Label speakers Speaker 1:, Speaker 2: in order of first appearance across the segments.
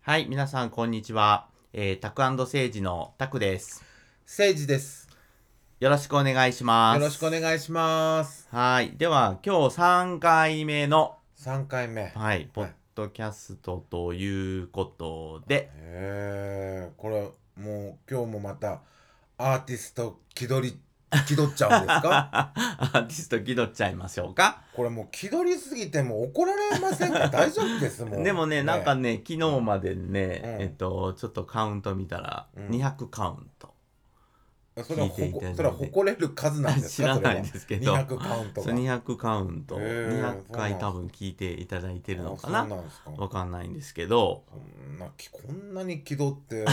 Speaker 1: はい、皆さんこんにちは。えー、タクセイジのタクです。
Speaker 2: 誠治です。
Speaker 1: よろしくお願いします。
Speaker 2: よろしくお願いします。
Speaker 1: はい、では今日3回目の、
Speaker 2: 三回目。へ
Speaker 1: はい、ポッドキャストということで、
Speaker 2: え、これもう今日もまたアーティスト気取り気取っちゃうんです か？
Speaker 1: アーティスト気取っちゃいましょうか。
Speaker 2: これもう気取りすぎてもう怒られませ んか？大丈夫ですもん。
Speaker 1: でもね、なんかね、昨日までね、
Speaker 2: うん
Speaker 1: えっと、ちょっとカウント見たら、
Speaker 2: うん
Speaker 1: 200カウント。
Speaker 2: それは
Speaker 1: 聞いていただい
Speaker 2: 誇
Speaker 1: て
Speaker 2: それは誇れる数なんです
Speaker 1: 知
Speaker 2: からそれ
Speaker 1: ない
Speaker 2: は
Speaker 1: んですけ
Speaker 2: 二
Speaker 1: ど、
Speaker 2: 百カウント
Speaker 1: そ
Speaker 2: が
Speaker 1: う200カウント、
Speaker 2: へー
Speaker 1: 200回
Speaker 2: そうな
Speaker 1: 多
Speaker 2: ん
Speaker 1: 分聞いていただいてるのか
Speaker 2: あそう
Speaker 1: な。
Speaker 2: なんですか。
Speaker 1: わかんないんですけど、
Speaker 2: こんなきこんなに気取って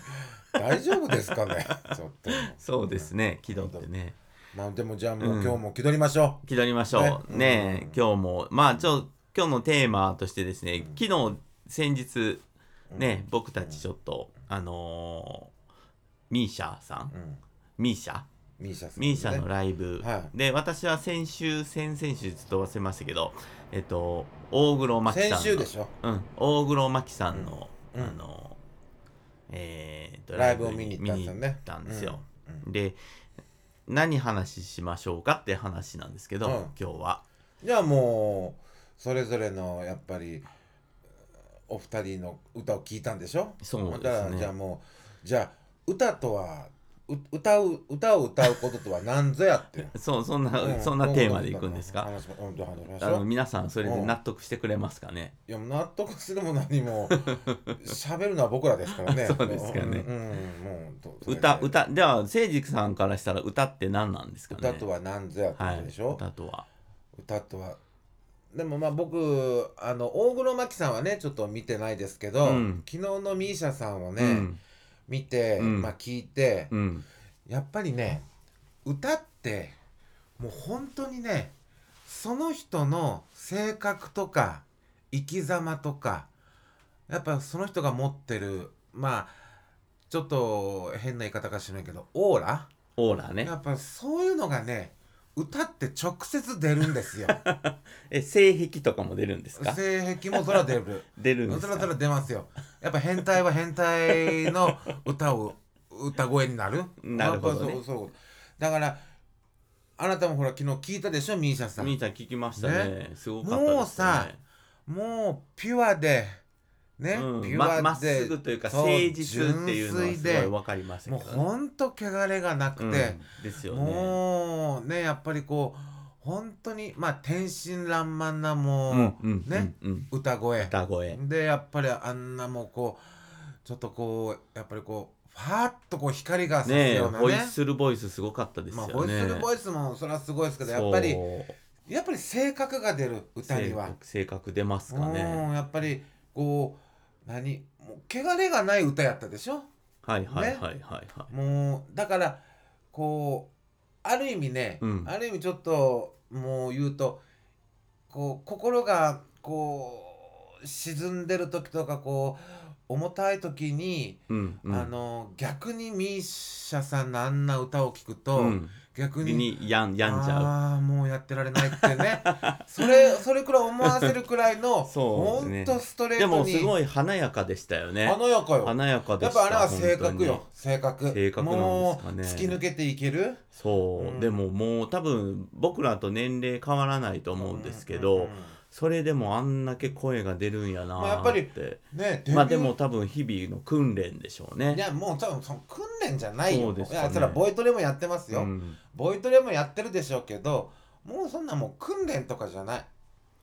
Speaker 2: 大丈夫です かね？ちょっと。
Speaker 1: そうですね、気取ってね。
Speaker 2: まあでもじゃあも
Speaker 1: うん
Speaker 2: う今日も気取りましょ
Speaker 1: 気取りましょう。
Speaker 2: ね
Speaker 1: ね
Speaker 2: うん
Speaker 1: え、今日も、まあ、ちょ、今日のテーマとしてですね、昨日、先日、
Speaker 2: う。
Speaker 1: ね、僕たちちょっと、あのーミーシャさん、
Speaker 2: うん。
Speaker 1: ミーシャ
Speaker 2: ミーシャさんね
Speaker 1: ミーシャのライブ、
Speaker 2: は
Speaker 1: で私は先週先々週ちょっと忘れましたけどえっと大黒摩季さん
Speaker 2: 先
Speaker 1: の
Speaker 2: 週でしょ
Speaker 1: うん、大黒摩季さんの、
Speaker 2: うんうん
Speaker 1: あのえーっと
Speaker 2: ライブを見に行ったん
Speaker 1: 見
Speaker 2: ですよ
Speaker 1: に行
Speaker 2: ね
Speaker 1: ったんですよ、
Speaker 2: うんうん
Speaker 1: で何話しましょうかって話なんですけど、
Speaker 2: うん
Speaker 1: 今日は
Speaker 2: じゃあもうそれぞれのやっぱりお二人の歌を聞いたんでしょ
Speaker 1: そう
Speaker 2: だ
Speaker 1: です
Speaker 2: からじゃあ
Speaker 1: ね
Speaker 2: もうじゃあ歌とはう歌う歌を歌うこととは何ぞやって、
Speaker 1: そうそんな、
Speaker 2: う
Speaker 1: そんなテーマでいくんですか、
Speaker 2: 話もうんじゃあ話しまし
Speaker 1: あ
Speaker 2: ょ
Speaker 1: の
Speaker 2: う
Speaker 1: 皆さんそれで納得してくれますかね、
Speaker 2: いやもう納得するも何も喋るのは僕らですからね
Speaker 1: そうですかね
Speaker 2: うんうんもうどう
Speaker 1: 歌歌では誠司さんからしたら歌って何なんですかね
Speaker 2: 歌とは何ぞやって
Speaker 1: はい
Speaker 2: ことでしょ、
Speaker 1: 歌とは
Speaker 2: 歌とはでもまあ僕あの大黒摩季さんはねちょっと見てないですけど、
Speaker 1: うん
Speaker 2: 昨日のミーシャさんをね、
Speaker 1: うん
Speaker 2: 見て、
Speaker 1: うん
Speaker 2: まあ聞いて、
Speaker 1: うん
Speaker 2: やっぱりね歌ってもう本当にねその人の性格とか生き様とかやっぱその人が持ってるまあちょっと変な言い方かもしれないけどオーラ
Speaker 1: オーラね
Speaker 2: やっぱそういうのがね歌って直接出る んですよ。
Speaker 1: え性癖とかも出るんですか
Speaker 2: 性癖もそら出る
Speaker 1: 出るんです
Speaker 2: そら
Speaker 1: か
Speaker 2: そら出ますよやっぱ変態は変態の歌を歌声になる
Speaker 1: なるほどね
Speaker 2: やっぱそうそうだからあなたもほら昨日聞いたでしょミーシャさ
Speaker 1: みー
Speaker 2: ん
Speaker 1: ちゃん聞きましたねすごかったです、ね、
Speaker 2: もうさもうピュアでね、
Speaker 1: うん
Speaker 2: ピュア
Speaker 1: ま
Speaker 2: で
Speaker 1: まっすぐというか
Speaker 2: そう
Speaker 1: 誠実っていうのはすご
Speaker 2: 純粋
Speaker 1: い
Speaker 2: で
Speaker 1: 分かりました
Speaker 2: もう
Speaker 1: けど、ね、
Speaker 2: ほんと汚れがなく
Speaker 1: うん
Speaker 2: て、
Speaker 1: ですよね
Speaker 2: もうねやっぱりこう本当にまあ天真爛漫なもう、
Speaker 1: うん
Speaker 2: ね
Speaker 1: うんうん、
Speaker 2: 歌声
Speaker 1: 歌声
Speaker 2: でやっぱりあんなもうこうちょっとこうやっぱりこうファーッとこう光が差す
Speaker 1: ねえ
Speaker 2: ようなね
Speaker 1: ホイッスルボイスすごかったです
Speaker 2: まあ、
Speaker 1: よね、
Speaker 2: ホイッスルボイスもそれはすごいですけどやっぱり
Speaker 1: そう
Speaker 2: やっぱり性格が出る歌には
Speaker 1: 性。格性格出ますかね
Speaker 2: うんやっぱりこう何もう汚れがない歌やったでしょ
Speaker 1: はいはいはいはいはい、
Speaker 2: もうだからこうある意味ね、
Speaker 1: うん
Speaker 2: ある意味ちょっともう言うとこう心がこう沈んでる時とかこう重たい時に、
Speaker 1: うんうん
Speaker 2: あの逆にミーシャさんのあんな歌を聞くと、
Speaker 1: うん、
Speaker 2: 逆に
Speaker 1: にやんやんじゃう
Speaker 2: ああもうやってられないっ てねそれそれくらい思わせるくらいの
Speaker 1: そうね
Speaker 2: ほんとストレー
Speaker 1: で
Speaker 2: ト
Speaker 1: も
Speaker 2: に
Speaker 1: すごい華やかでしたよね
Speaker 2: 華やかよ
Speaker 1: 華やかで
Speaker 2: やっ
Speaker 1: した
Speaker 2: ぱあれは性格
Speaker 1: 本
Speaker 2: よ性格
Speaker 1: 性格なんですかね
Speaker 2: もう突き抜けていける
Speaker 1: そう、
Speaker 2: うん
Speaker 1: でももう多分僕らと年齢変わらないと思うんですけど、
Speaker 2: うんうんうん
Speaker 1: それでもあんだけ声が出るんやなーって、
Speaker 2: まあやっぱりね
Speaker 1: まあでも多分日々の訓練でしょうね
Speaker 2: いやもう多分その訓練じゃないよ
Speaker 1: そうです
Speaker 2: い
Speaker 1: よね
Speaker 2: やそれはボイトレもやってます
Speaker 1: う
Speaker 2: よ、
Speaker 1: ん
Speaker 2: ボイトレもやってるでしょうけどもうそんなもう訓練とかじゃない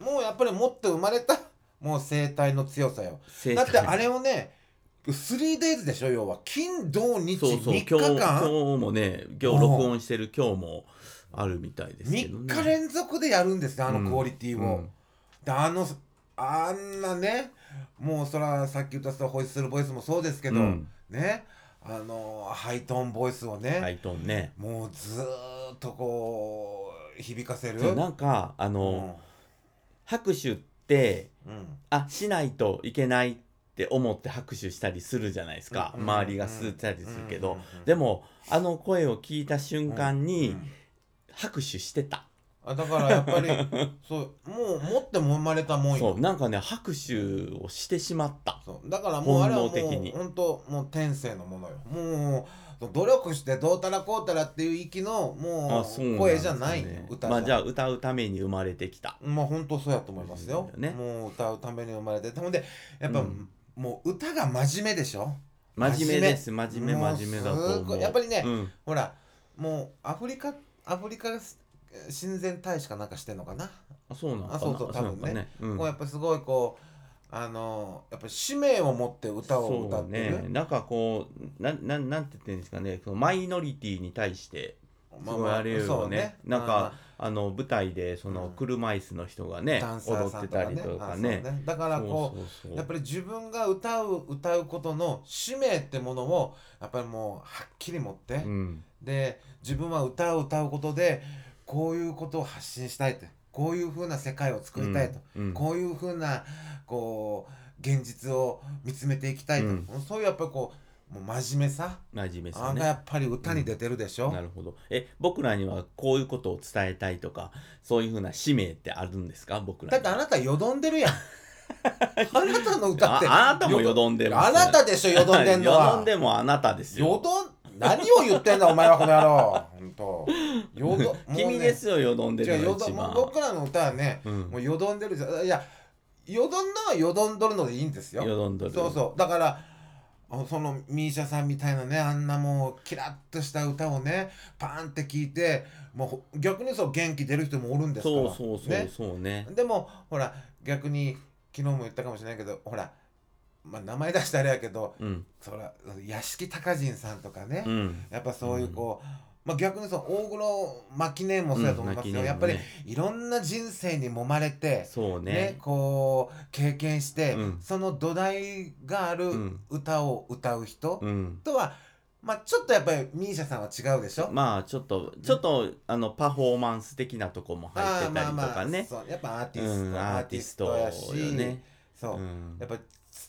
Speaker 2: もうやっぱり持って生まれたもう生体の強さよ
Speaker 1: 正
Speaker 2: だ
Speaker 1: 解
Speaker 2: ってあれをね 3days でしょ要は金土日
Speaker 1: そうそう
Speaker 2: 3日
Speaker 1: 今日今
Speaker 2: 間
Speaker 1: 日もね今日録音してる今日もあるみたいですけど
Speaker 2: 3
Speaker 1: ね
Speaker 2: 日連続でやるんですねあのクオリティを、
Speaker 1: うん
Speaker 2: であのあんなねもうそらさっき言ったそのホイッスルボイスもそうですけど、
Speaker 1: うん
Speaker 2: ねあのハイトーンボイスをね、
Speaker 1: ハイトーンね
Speaker 2: もうずーっとこう響かせる
Speaker 1: そうなんかあ
Speaker 2: う
Speaker 1: の、
Speaker 2: ん
Speaker 1: 拍手って
Speaker 2: うん
Speaker 1: あしないといけないって思って拍手したりするじゃないですか、
Speaker 2: うん
Speaker 1: 周りが吸ったりするけど、
Speaker 2: うんうんうん
Speaker 1: でもあの声を聞いた瞬間に
Speaker 2: うん
Speaker 1: 拍手してた、
Speaker 2: あだからやっぱり そうもう持っても生まれたもん
Speaker 1: そ
Speaker 2: よ
Speaker 1: うなんかね拍手をしてしまった
Speaker 2: そうだからもうあれはもう
Speaker 1: 本能的に
Speaker 2: 本当もう天性のものよもう努力してどうたらこうたらっていう域のもう声じゃないよ、歌
Speaker 1: まあじゃ
Speaker 2: あ
Speaker 1: あ歌うために生まれてきた
Speaker 2: まあ本当そうやと思いますよ、
Speaker 1: ね
Speaker 2: もう歌うために生まれてほんでやっぱ、
Speaker 1: うん
Speaker 2: もう歌が真面目でしょ
Speaker 1: 真面目です真面目
Speaker 2: もう
Speaker 1: 真面目だと
Speaker 2: す
Speaker 1: 思
Speaker 2: ご
Speaker 1: う
Speaker 2: いやっぱりね
Speaker 1: うん
Speaker 2: ほらもうアフリカアフリカ親善大使かなんかしてんのかな、
Speaker 1: あそうなのかな
Speaker 2: あそうそう多分
Speaker 1: な
Speaker 2: ね
Speaker 1: のかうん
Speaker 2: こうやっぱすごいこうあのやっぱ使命を持って歌を歌
Speaker 1: そ
Speaker 2: っ
Speaker 1: う
Speaker 2: てる、
Speaker 1: ねなんかこうなんなんなんて言ってんですかねそのマイノリティに対してすごいあれよね
Speaker 2: そう
Speaker 1: なんか
Speaker 2: まあま
Speaker 1: あの舞台でその
Speaker 2: うん
Speaker 1: 車椅子の人がね、
Speaker 2: ダンサ
Speaker 1: 踊
Speaker 2: ー
Speaker 1: っ
Speaker 2: さ
Speaker 1: て
Speaker 2: ん
Speaker 1: たりとかね
Speaker 2: あそうだからこう
Speaker 1: そうそうそう
Speaker 2: やっぱり自分が歌う歌うことの使命ってものをやっぱりもうはっきり持って、
Speaker 1: うん
Speaker 2: で自分は歌を歌うことでこういうことを発信したいってこういうふうな世界を作りたいと、、
Speaker 1: うん
Speaker 2: こういうふうなこう現実を見つめていきたいと、
Speaker 1: うん
Speaker 2: そういうやっぱりこうもう真面目さ、
Speaker 1: 真面目
Speaker 2: あ
Speaker 1: さ
Speaker 2: が
Speaker 1: ね
Speaker 2: やっぱり歌に出てるでしょ、
Speaker 1: なるほどえ僕らにはこういうことを伝えたいとかそういうふうな使命ってあるんですか僕ら
Speaker 2: だっ
Speaker 1: に
Speaker 2: てあなたよどんで るやんあなたの歌って
Speaker 1: ああなたもよどんでる
Speaker 2: あなたでしょよどんでんのは
Speaker 1: よどんでもあなたですよ
Speaker 2: よどん何を言ってんだお前はこの野郎本当 よどもうね
Speaker 1: 君ですよよどんで
Speaker 2: 違
Speaker 1: る
Speaker 2: う
Speaker 1: の
Speaker 2: よ
Speaker 1: が
Speaker 2: ど
Speaker 1: 一
Speaker 2: もう
Speaker 1: 番
Speaker 2: 僕らの歌はね
Speaker 1: うん
Speaker 2: もうよどんでるじゃいやよどんのはよどんどるのでいいんですよ
Speaker 1: よどんどる
Speaker 2: そうそうだからあそのミーシャさんみたいなねあんなもうキラッとした歌をねパーンって聞いてもう逆にそう元気出る人もおるんですから
Speaker 1: そうそうそう
Speaker 2: ね
Speaker 1: そうね
Speaker 2: でもほら逆に昨日も言ったかもしれないけどほらまあ名前出してあれやけど
Speaker 1: うん
Speaker 2: そら屋敷隆人さんとかね、
Speaker 1: うん
Speaker 2: やっぱそういうこう、まあ、逆にその大黒摩季姉もそうやと思いますけど、
Speaker 1: うん
Speaker 2: やっぱり
Speaker 1: ね
Speaker 2: いろんな人生に揉まれて、
Speaker 1: そう
Speaker 2: ね
Speaker 1: ね
Speaker 2: こう経験して、
Speaker 1: うん
Speaker 2: その土台がある
Speaker 1: うん
Speaker 2: 歌を歌う人
Speaker 1: うん
Speaker 2: とは、まあ、ちょっとやっぱりミーシャさんは違うでしょ、
Speaker 1: まあちょっとちょっとあのパフォーマンス的なとこも入ってたりとかね
Speaker 2: そうやっぱアーテ
Speaker 1: う
Speaker 2: ィスト、
Speaker 1: ん
Speaker 2: ア
Speaker 1: ア
Speaker 2: ー
Speaker 1: ー
Speaker 2: テ
Speaker 1: テ
Speaker 2: ィ
Speaker 1: ィ
Speaker 2: ス
Speaker 1: ス
Speaker 2: ト
Speaker 1: ト
Speaker 2: やし、
Speaker 1: よね
Speaker 2: そう、
Speaker 1: うん
Speaker 2: やっぱ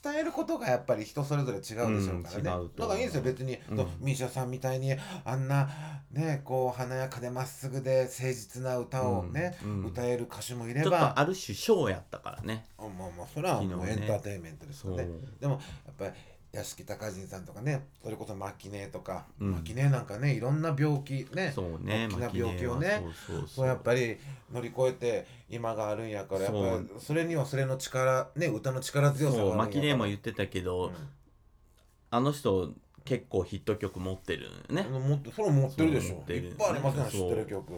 Speaker 2: 伝えることがやっぱり人それぞれ違うでしょうからね、
Speaker 1: うん違うと
Speaker 2: だからいいんですよ別に、
Speaker 1: うん
Speaker 2: とミーシャさんみたいにあんなねこう華やかでまっすぐで誠実な歌をね、
Speaker 1: うん
Speaker 2: 歌える歌手もい
Speaker 1: ち
Speaker 2: れ
Speaker 1: ょっ
Speaker 2: ば
Speaker 1: とある種ショーやったからね
Speaker 2: あまあまあそれはもう
Speaker 1: 昨
Speaker 2: エ
Speaker 1: 日
Speaker 2: ン
Speaker 1: ね
Speaker 2: ターテインメントです
Speaker 1: そ
Speaker 2: よ
Speaker 1: う
Speaker 2: ねでもやっぱり屋敷隆人さんとかねそれこそマキネとか、
Speaker 1: うん
Speaker 2: マキネなんかねいろんな病気ねそう
Speaker 1: そうね
Speaker 2: 大きな病気をね
Speaker 1: まあそうそう
Speaker 2: やっぱり乗り越えて今があるんやからやっぱりそれにはそれの力ね歌の力強さがあ
Speaker 1: そ
Speaker 2: るん
Speaker 1: う
Speaker 2: やから
Speaker 1: マキネも言ってたけど、
Speaker 2: うん
Speaker 1: あの人結構ヒット曲持ってるよね
Speaker 2: あの持ってそれ持ってるでし
Speaker 1: そう持
Speaker 2: ょ
Speaker 1: ってる
Speaker 2: いっぱいありますよ
Speaker 1: ね
Speaker 2: 知ってる曲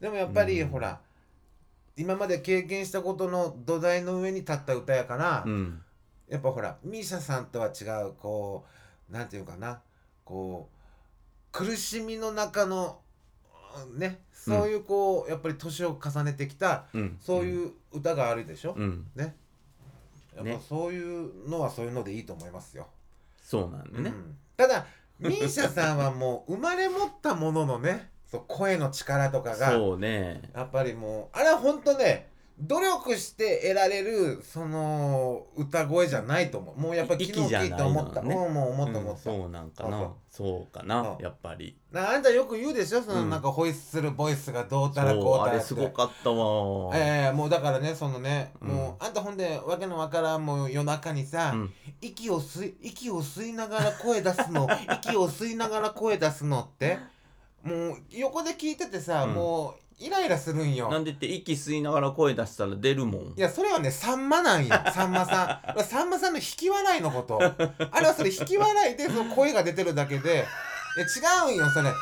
Speaker 2: でもやっぱり、
Speaker 1: うん
Speaker 2: ほら今まで経験したことの土台の上に立った歌やから、
Speaker 1: うん
Speaker 2: やっぱほらミーシャさんとは違うこうなんていうかなこう苦しみの中のうんねそういうこう、やっぱり年を重ねてきた
Speaker 1: うん
Speaker 2: そういう歌があるでしょ、
Speaker 1: うん
Speaker 2: ねやっ
Speaker 1: ね
Speaker 2: ぱそういうのはそういうのでいいと思いますよ、
Speaker 1: そうなんだ
Speaker 2: う
Speaker 1: ね、
Speaker 2: んただミーシャさんはもう生まれ持ったもののねそう声の力とか が
Speaker 1: そうね
Speaker 2: やっぱりもうあれはほんとね努力して得られるその歌声じゃないと思うもうやっぱ昨日
Speaker 1: 息じゃな
Speaker 2: 聞
Speaker 1: い
Speaker 2: い
Speaker 1: の
Speaker 2: て
Speaker 1: よね
Speaker 2: 思った、もうもう思った思った、
Speaker 1: うんそうなんかな
Speaker 2: そう
Speaker 1: そうかな
Speaker 2: そう
Speaker 1: やっぱり
Speaker 2: なあんたよく言うでしょその
Speaker 1: うん
Speaker 2: なんかホイッスルボイスがどう
Speaker 1: そ
Speaker 2: たらこ
Speaker 1: う
Speaker 2: う
Speaker 1: あ
Speaker 2: たら
Speaker 1: れ
Speaker 2: って
Speaker 1: すごかったわ、
Speaker 2: ええもうだからねそのね、
Speaker 1: うん
Speaker 2: もうあんたほんでわけのわからんもう夜中にさ、
Speaker 1: うん
Speaker 2: 息を吸い息を吸いながら声出 すの息を吸いながら声出すのってもう横で聞いててさ、
Speaker 1: うん
Speaker 2: もうイライラするん
Speaker 1: な
Speaker 2: よ
Speaker 1: んでって息吸いながら声出したら出るもん
Speaker 2: いやそれはねさん まなんよさんまさんさんまさんの引き笑いのことあれはそれ引き笑いでその声が出てるだけでいや違うんよそれ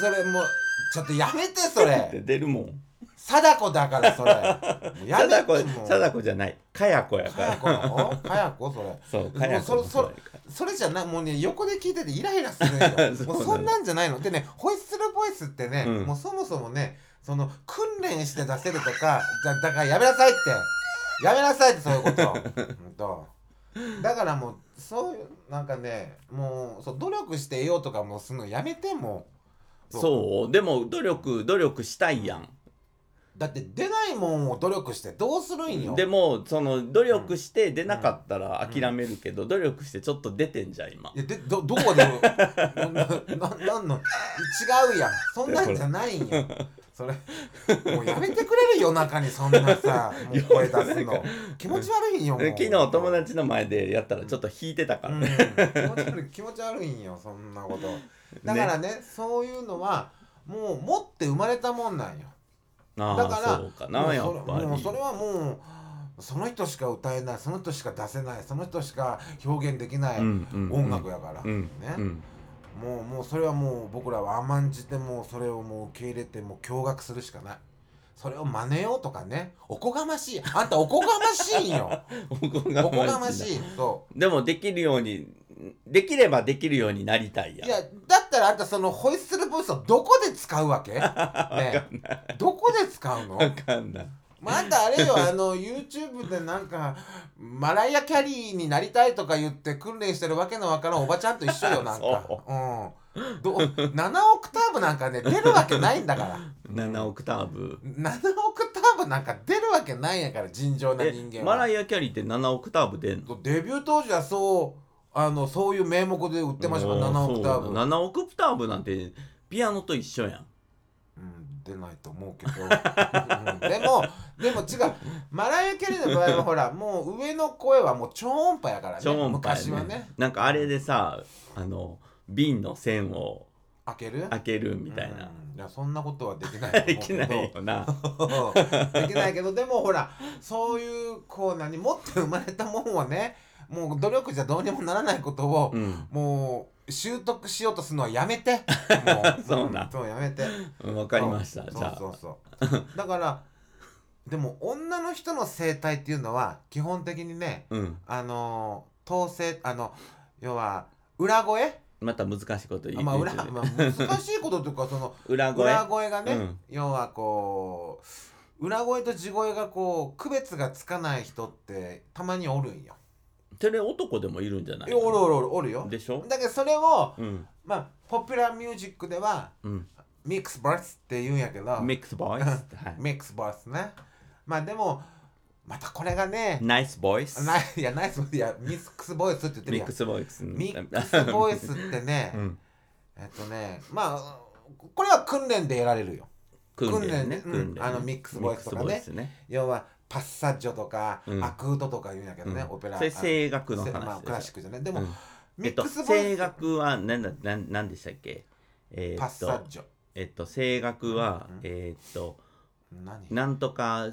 Speaker 2: それもうちょっとやめてそ
Speaker 1: って
Speaker 2: れ
Speaker 1: 出るもん
Speaker 2: 貞子だからそれもうやめ
Speaker 1: 貞
Speaker 2: て
Speaker 1: 子
Speaker 2: もう
Speaker 1: 貞子じゃないかやこやか
Speaker 2: かや
Speaker 1: ら
Speaker 2: この子かやこそれ
Speaker 1: そうかやこ
Speaker 2: もうそろそろ
Speaker 1: うやから
Speaker 2: それじゃなもうね横で聞いててイライラするん よ
Speaker 1: そう
Speaker 2: もうそんなんじゃないのでねホイッスルボイスってね、
Speaker 1: うん
Speaker 2: もうそもそもねその訓練して出せるとかだだからやめなさいってやめなさいってそういうことほんとだからもうそういうなんかねもうそう努力して得ようとかもうするのやめてもう
Speaker 1: そうでも努力努力したいやん
Speaker 2: うだって出ないもんを努力してどうするんよ
Speaker 1: でもその努力して出なかったら諦めるけど、努力してちょっと出てんじゃん今
Speaker 2: いやでどどこでなななんの違うやんそんなんじゃないんよそれもうやめてくれる夜中にそんなさもう声出すの気持ち悪いんよもう
Speaker 1: 昨日友達の前でやったらちょっと引いてたか
Speaker 2: う
Speaker 1: ら
Speaker 2: ん
Speaker 1: ね、
Speaker 2: 気持ち悪い気持ち悪いんよそんなことだからねそういうのはもう持って生まれたもんなんよ
Speaker 1: ああ
Speaker 2: だから
Speaker 1: そうか
Speaker 2: も
Speaker 1: な
Speaker 2: う
Speaker 1: や
Speaker 2: そ
Speaker 1: っ
Speaker 2: れ
Speaker 1: ぱり
Speaker 2: もうそれはもうその人しか歌えないその人しか出せないその人しか表現できない
Speaker 1: うんうん
Speaker 2: 音楽やから、
Speaker 1: うん
Speaker 2: ね、
Speaker 1: うん
Speaker 2: もうもうそれはもう僕らは甘んじてもうそれをもう受け入れてもう驚愕するしかないそれを真似ようとか ねおこがましいあんたおこがましいん よ
Speaker 1: おこ
Speaker 2: おこがま
Speaker 1: いな
Speaker 2: しいそ
Speaker 1: でもできるようにできればできるようになりたいうやん
Speaker 2: いやだったらあんたそのホイッスルボイスをどこで使うわ けねえどこで使うの
Speaker 1: わかんない
Speaker 2: まだあれよあの YouTube でなんかマライア・キャリーになりたいとか言って訓練してるわけのわからんおばちゃんと一緒よ なんかう、ん、ど7オクターブなんかね出るわけないんだから
Speaker 1: 7オクターブ
Speaker 2: 7オクターブなんか出るわけないんやから尋常な
Speaker 1: え
Speaker 2: 人間は
Speaker 1: マライア・キャリーって7オクターブ出んの
Speaker 2: デビュー当時はそうあのそういう名目で売ってましたから7オクターブ、う
Speaker 1: 7オクターブなんてピアノと一緒やん
Speaker 2: ん、出ないと思うけど、うんでもでも違うマライア・キャリーの場合はほらもう上の声はもう超音波やからね
Speaker 1: 超音波や
Speaker 2: 昔はね
Speaker 1: なんかあれでさあの瓶の線を
Speaker 2: 開ける
Speaker 1: 開けるみたいな、
Speaker 2: うんいやそんなことはできな いと
Speaker 1: で
Speaker 2: 思う
Speaker 1: き
Speaker 2: けど
Speaker 1: ないよな
Speaker 2: できないけどでもほらそういうこう何持って生まれたもんはねもう努力じゃどうにもならないことを、
Speaker 1: うん
Speaker 2: もう習得しようとするのはや めてもう
Speaker 1: そうなん
Speaker 2: そうやめて
Speaker 1: うんわかりました
Speaker 2: そう
Speaker 1: じゃあ
Speaker 2: そうそうそうだからでも女の人の生態っていうのは基本的にね
Speaker 1: うん
Speaker 2: あのー統制あの要は裏声
Speaker 1: また難しいこと言
Speaker 2: あ
Speaker 1: う、
Speaker 2: まあ裏、
Speaker 1: 言うけど
Speaker 2: まあ、難しいことというかその
Speaker 1: 裏声
Speaker 2: 裏声がね、
Speaker 1: うん
Speaker 2: 要はこう裏声と地声がこう区別がつかない人ってたまにおるんよ。
Speaker 1: それ男でもいるんじゃない
Speaker 2: えおるおるおるおるよ。
Speaker 1: でしょ
Speaker 2: だけどそれを
Speaker 1: うん
Speaker 2: まあポピュラーミュージックでは
Speaker 1: うん
Speaker 2: ミックスバースって言うんやけど
Speaker 1: ミックスボイス、はい、
Speaker 2: ミックスバースね。まあでもまたこれがね、
Speaker 1: ナイスボイス
Speaker 2: ないいやナイスいやミックスボイスって言ってる
Speaker 1: ミッ
Speaker 2: やん
Speaker 1: ク。スボイス
Speaker 2: ミックスボイスって ね、
Speaker 1: うん
Speaker 2: えっとねまあこれは訓練で得られるよ。
Speaker 1: 訓練ね
Speaker 2: 訓練ねうん
Speaker 1: 訓練ね
Speaker 2: あのミックスボイスとかね
Speaker 1: ミックスボイスね
Speaker 2: 要はパッサッジョとか、
Speaker 1: うん
Speaker 2: アクードとか言うんやけどね、
Speaker 1: うん
Speaker 2: オペラ
Speaker 1: それ
Speaker 2: あの
Speaker 1: 声楽の
Speaker 2: せ
Speaker 1: 話
Speaker 2: まあ、クラシックじゃないでも、
Speaker 1: うん
Speaker 2: ミック
Speaker 1: え
Speaker 2: ス
Speaker 1: っと
Speaker 2: ボイス、
Speaker 1: 声楽は何だなんなんでしたっけえ
Speaker 2: パ
Speaker 1: ー
Speaker 2: ッ
Speaker 1: っ
Speaker 2: サッ
Speaker 1: と
Speaker 2: ジョ
Speaker 1: えっと声楽は
Speaker 2: うん
Speaker 1: えーっと
Speaker 2: 何
Speaker 1: なんとか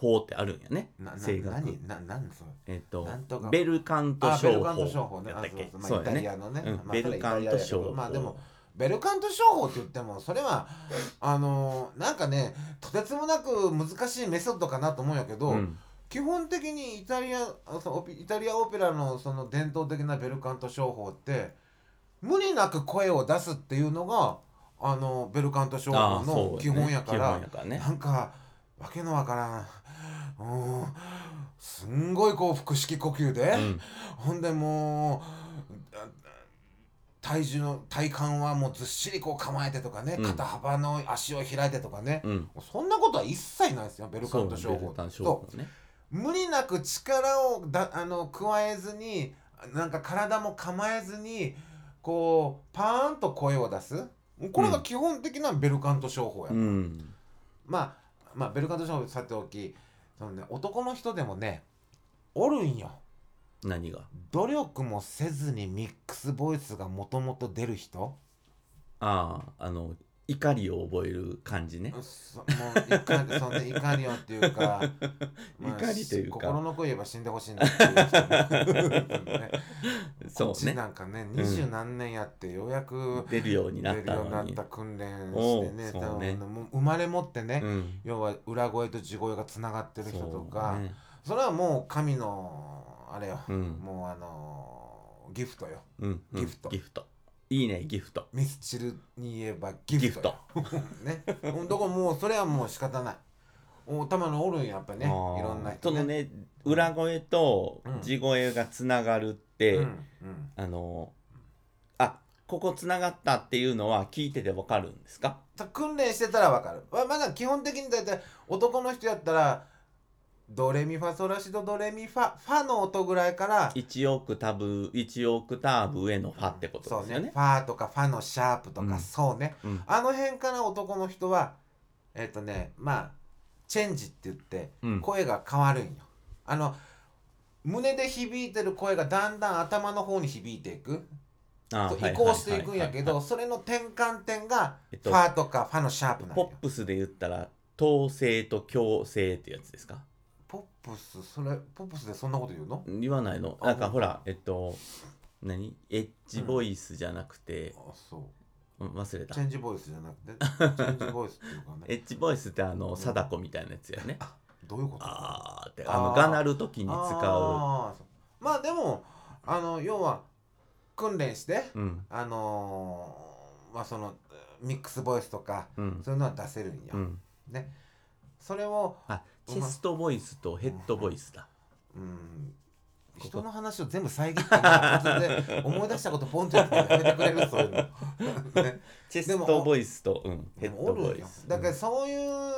Speaker 1: 法ってあるんやね
Speaker 2: なな
Speaker 1: 声楽
Speaker 2: 何な何それ
Speaker 1: えっと
Speaker 2: なんとか
Speaker 1: ベルカント
Speaker 2: あベ
Speaker 1: 商
Speaker 2: ルカント商
Speaker 1: 法
Speaker 2: 法ね
Speaker 1: やっ
Speaker 2: あ
Speaker 1: たっけ
Speaker 2: そうそ
Speaker 1: そ
Speaker 2: うま
Speaker 1: うや
Speaker 2: あ、イタリ
Speaker 1: ね
Speaker 2: アのね、
Speaker 1: うん
Speaker 2: まあ、
Speaker 1: ベルカント商法
Speaker 2: まあでもベルカント商法って言ってもそれはあのーなんかねとてつもなく難しいメソッドかなと思うんやけど、
Speaker 1: うん
Speaker 2: 基本的にイタリアあそのオペイタリアオペラのその伝統的なベルカント商法って無理なく声を出すっていうのがあのベルカント商
Speaker 1: あ
Speaker 2: 法
Speaker 1: ーそう
Speaker 2: の基本やから
Speaker 1: 基本やからね
Speaker 2: なんかわけのわからんうんすんごいこう腹式呼吸で、
Speaker 1: うん
Speaker 2: ほんでもうあ体重の体幹はもうずっしりこう構えてとかね
Speaker 1: うん
Speaker 2: 肩幅の足を開いてとかね、
Speaker 1: うん
Speaker 2: そんなことは一切ないですよベルカ
Speaker 1: そう
Speaker 2: ン
Speaker 1: ベ
Speaker 2: ト商
Speaker 1: ル
Speaker 2: 法
Speaker 1: カント商
Speaker 2: と
Speaker 1: 法ね
Speaker 2: 無理なく力をだあの加えずになんか体も構えずにこうパーンと声を出すこれが基本的なベルカント商法や、
Speaker 1: うん
Speaker 2: まあまあベルカント商法さておきその、ね、男の人でもねおるんよ
Speaker 1: 何が
Speaker 2: 努力もせずにミックスボイスがもともと出る人
Speaker 1: あああの怒りを覚える感じね
Speaker 2: そもう怒りそんな怒りをってい うか、まあ
Speaker 1: 怒りというか
Speaker 2: 心の声言えば死んでほしいなっていう人もねこ
Speaker 1: そ
Speaker 2: っ
Speaker 1: う
Speaker 2: ち
Speaker 1: ね
Speaker 2: なんかね二十何年やってようやく
Speaker 1: 出るように
Speaker 2: 出
Speaker 1: なっ
Speaker 2: る
Speaker 1: た
Speaker 2: ようにな
Speaker 1: の
Speaker 2: っ
Speaker 1: に
Speaker 2: た訓練
Speaker 1: お
Speaker 2: してね
Speaker 1: うそう
Speaker 2: 多分
Speaker 1: ね
Speaker 2: もう生まれ持ってね、
Speaker 1: うん
Speaker 2: 要は裏声と地声がつながってる人とか
Speaker 1: そ
Speaker 2: そ,、
Speaker 1: うね
Speaker 2: れはもう神のあれよ、
Speaker 1: うん
Speaker 2: もうあのギフトよ
Speaker 1: うんうん
Speaker 2: ギフト
Speaker 1: ギフトいいねギフト
Speaker 2: ミスチルに言えばギフトよねだからもうそれはもう仕方ないおたまにおるんやっぱねい
Speaker 1: あー
Speaker 2: ろんな
Speaker 1: そ
Speaker 2: 人
Speaker 1: の
Speaker 2: ね
Speaker 1: ね裏声と
Speaker 2: うん
Speaker 1: 地声がつながるっ
Speaker 2: うん
Speaker 1: て、
Speaker 2: うん
Speaker 1: あのあここつながったっていうのは聞いててわかるんですか
Speaker 2: た訓練してたらわかるままだ基本的に大体男の人やったらドレミファソラシドドレミファファの音ぐらいから
Speaker 1: 1オクターブ1オクターブ上のファってことですよ
Speaker 2: そう
Speaker 1: ね
Speaker 2: ファとかファのシャープとか、
Speaker 1: うん
Speaker 2: そうね
Speaker 1: うん
Speaker 2: あの辺から男の人はえっ、とねまあチェンジって言って
Speaker 1: うん
Speaker 2: 声が変わるんよ、あの胸で響いてる声がだんだん頭の方に響いていく
Speaker 1: あ
Speaker 2: そう
Speaker 1: ーはい
Speaker 2: 移行していくん
Speaker 1: はい
Speaker 2: やけ
Speaker 1: はいはい
Speaker 2: どそれの転換点が
Speaker 1: えっ
Speaker 2: フ
Speaker 1: と
Speaker 2: ァとかファのシャープなん
Speaker 1: ポ
Speaker 2: よ
Speaker 1: ップスで言ったら統制と強制ってやつですか
Speaker 2: ポップスそれポップスでそんなこと言うの
Speaker 1: 言わないの
Speaker 2: あ
Speaker 1: なんか
Speaker 2: うん
Speaker 1: ほらえっと何エッジボイスじゃなくて、
Speaker 2: あそう
Speaker 1: うん忘れた
Speaker 2: チェンジボイスじゃ なくて、チェンジボイスっていうか
Speaker 1: エッ
Speaker 2: ね。
Speaker 1: ジボイスってあ
Speaker 2: う
Speaker 1: の
Speaker 2: ん
Speaker 1: 貞子みたいなやつやね
Speaker 2: あどういうこと
Speaker 1: あーって
Speaker 2: あ
Speaker 1: あ
Speaker 2: ー
Speaker 1: のがなる時に使
Speaker 2: あーそうまあでも、あの、要は、訓練して、
Speaker 1: ううん
Speaker 2: あのーまあその、ミックスボイスとか、
Speaker 1: うん
Speaker 2: そういうのは出せるんよ。
Speaker 1: うん
Speaker 2: ね。それを、
Speaker 1: あチェストボイスとヘッドボイスだ
Speaker 2: うん、
Speaker 1: ここ
Speaker 2: 人の話を全部遮ってな、途中で思い出したことポンってやってやめてくれる、そういうの。ね
Speaker 1: チェストボイスとうんヘ
Speaker 2: で
Speaker 1: ッ
Speaker 2: も
Speaker 1: ド
Speaker 2: お
Speaker 1: ボ
Speaker 2: る
Speaker 1: イ
Speaker 2: よ
Speaker 1: ス
Speaker 2: だから
Speaker 1: うん
Speaker 2: そうい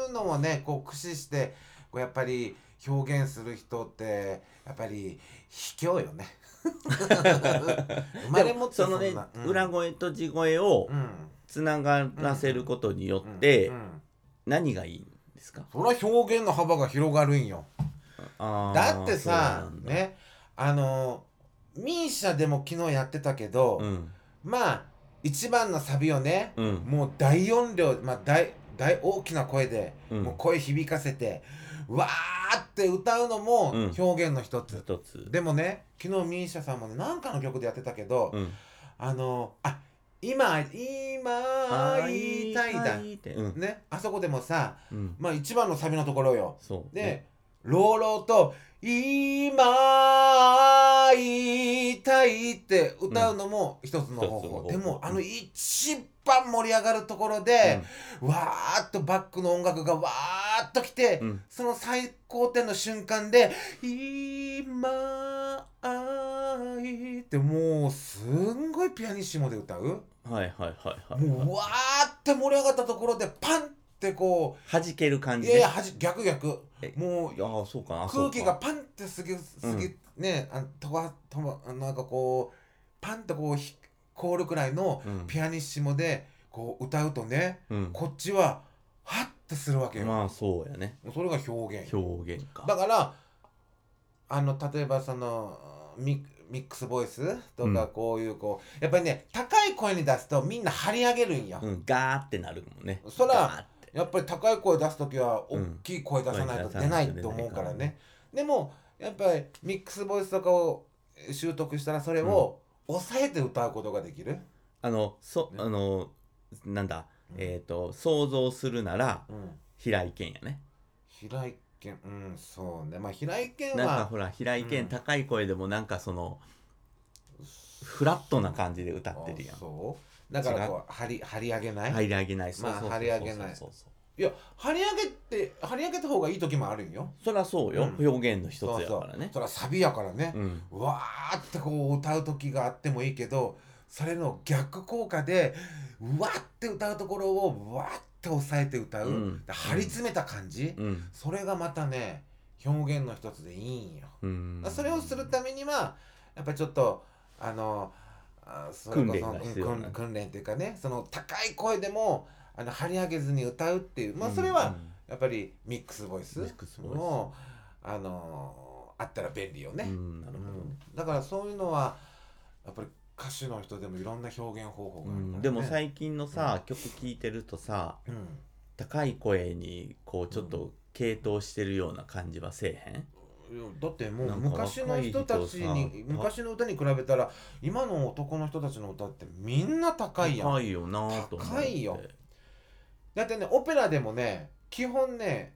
Speaker 2: うのをねこう駆使してこうやっぱり表現する人ってやっぱり卑怯よね 生まれ持って
Speaker 1: そのね
Speaker 2: んなうん
Speaker 1: 裏声と地声を
Speaker 2: うん
Speaker 1: つながらせることによって
Speaker 2: うんうん
Speaker 1: 何がいいんですか
Speaker 2: そりゃ表現の幅が広がるんよ
Speaker 1: あー
Speaker 2: だってさ
Speaker 1: そうなんだ
Speaker 2: ねあのミーシャでも昨日やってたけど、
Speaker 1: うん
Speaker 2: まあ一番のサビをね、
Speaker 1: うん
Speaker 2: もう大音量、まあ、大大大きな声で、
Speaker 1: うん
Speaker 2: もう声響かせてわーって歌うのも
Speaker 1: うん
Speaker 2: 表現の一つ、
Speaker 1: 一つ
Speaker 2: でもね昨日ミーシャさんもね何かの曲でやってたけど、
Speaker 1: うん
Speaker 2: あのあ今今言いたいだ
Speaker 1: 会いたいうん
Speaker 2: ねあそこでもさ
Speaker 1: うん
Speaker 2: まあ一番のサビのところよ
Speaker 1: そう
Speaker 2: で朗々と「今言いたい」って歌うのも一つの方法、
Speaker 1: うん一
Speaker 2: で
Speaker 1: つの方
Speaker 2: も
Speaker 1: 法
Speaker 2: あの一番盛り上がるところで、わーっとバックの音楽がわーっと来て、
Speaker 1: うんうん
Speaker 2: その最高点の瞬間で「今愛」ってもうすんごいピアニッシモで歌う
Speaker 1: はいはいはいはい
Speaker 2: もうわーって盛り上がったところでパンってこ
Speaker 1: 弾ける
Speaker 2: う
Speaker 1: 感
Speaker 2: い
Speaker 1: じ
Speaker 2: やい
Speaker 1: ね
Speaker 2: やはじ逆逆
Speaker 1: え
Speaker 2: もう
Speaker 1: ああそうかな
Speaker 2: 空気が
Speaker 1: あ
Speaker 2: パンってすぎすぎ、
Speaker 1: うん
Speaker 2: ねあとばとばなんかこうパンってこうひ凍るくらいの
Speaker 1: そうかうん
Speaker 2: ピアニッシモでこう歌うとね
Speaker 1: うん
Speaker 2: こっちはハッてするわけよ、
Speaker 1: まあそうやね
Speaker 2: それが表現
Speaker 1: 表現か
Speaker 2: だからあの例えばそのミミックスボイスと
Speaker 1: う
Speaker 2: か
Speaker 1: ん
Speaker 2: こういうこうやっぱりね高い声に出すとみんな張り上げるんよ、
Speaker 1: うんガーってなるもんね
Speaker 2: そら
Speaker 1: ガーって
Speaker 2: やっぱり高い声出す時は
Speaker 1: う
Speaker 2: 大
Speaker 1: ん
Speaker 2: きい声出さないと出ないと思うからね、でもやっぱりミックスボイスとかをえー習得したらそれを抑えて歌うことができる、
Speaker 1: あのそ
Speaker 2: ね
Speaker 1: あのなんだ
Speaker 2: うん
Speaker 1: えっと想像するなら
Speaker 2: うん、
Speaker 1: 平井堅やね
Speaker 2: 平井堅うんそうねまあ平井堅
Speaker 1: なんか
Speaker 2: は
Speaker 1: ほら平井堅
Speaker 2: うん
Speaker 1: 高い声でもなんかそのフラットな感じで歌ってるや
Speaker 2: あ
Speaker 1: ん
Speaker 2: そうだからこう張り張り上げない、
Speaker 1: 張り上げないそう
Speaker 2: ま
Speaker 1: そう
Speaker 2: あ
Speaker 1: そう
Speaker 2: 張り上げない
Speaker 1: そうそうそう
Speaker 2: いや張り上げって張り上げた方がいい時もあるんよ
Speaker 1: そりゃそうよ、
Speaker 2: うん
Speaker 1: 表現の一つやからね
Speaker 2: そうそうそれはサビやからね、
Speaker 1: うん
Speaker 2: わーってこう歌う時があってもいいけどそれの逆効果でうわって歌うところをわーって抑えて歌う、
Speaker 1: うん
Speaker 2: 張り詰めた感じ、
Speaker 1: うん
Speaker 2: それがまたね表現の一つでいいんよ、
Speaker 1: うん
Speaker 2: それをするためにはやっぱりちょっとあのあそれ
Speaker 1: 訓
Speaker 2: こそ
Speaker 1: 練が必要
Speaker 2: うん
Speaker 1: な
Speaker 2: 訓訓練っていうかねその高い声でもあの張り上げずに歌うっていうまあそれ
Speaker 1: うん
Speaker 2: はやっぱりミックスボイス
Speaker 1: ミックスボイス
Speaker 2: もあのあったら便利よね、
Speaker 1: うんなるほど、
Speaker 2: だからそういうのはやっぱり歌手の人でもいろんな表現方法
Speaker 1: う
Speaker 2: があるから、ね
Speaker 1: ん、でも最近のさ、曲聴いてるとさ
Speaker 2: うん
Speaker 1: 高い声にこうちょっと傾倒してるような感じはせえへん、
Speaker 2: いやだってもう
Speaker 1: なんか
Speaker 2: 昔の人たち
Speaker 1: 若い
Speaker 2: に
Speaker 1: 人さ
Speaker 2: 昔の歌に比べたら今の男の人たちの歌ってみんな高いやん
Speaker 1: 高いよなぁと思って
Speaker 2: 高いよだってねオペラでもね基本ね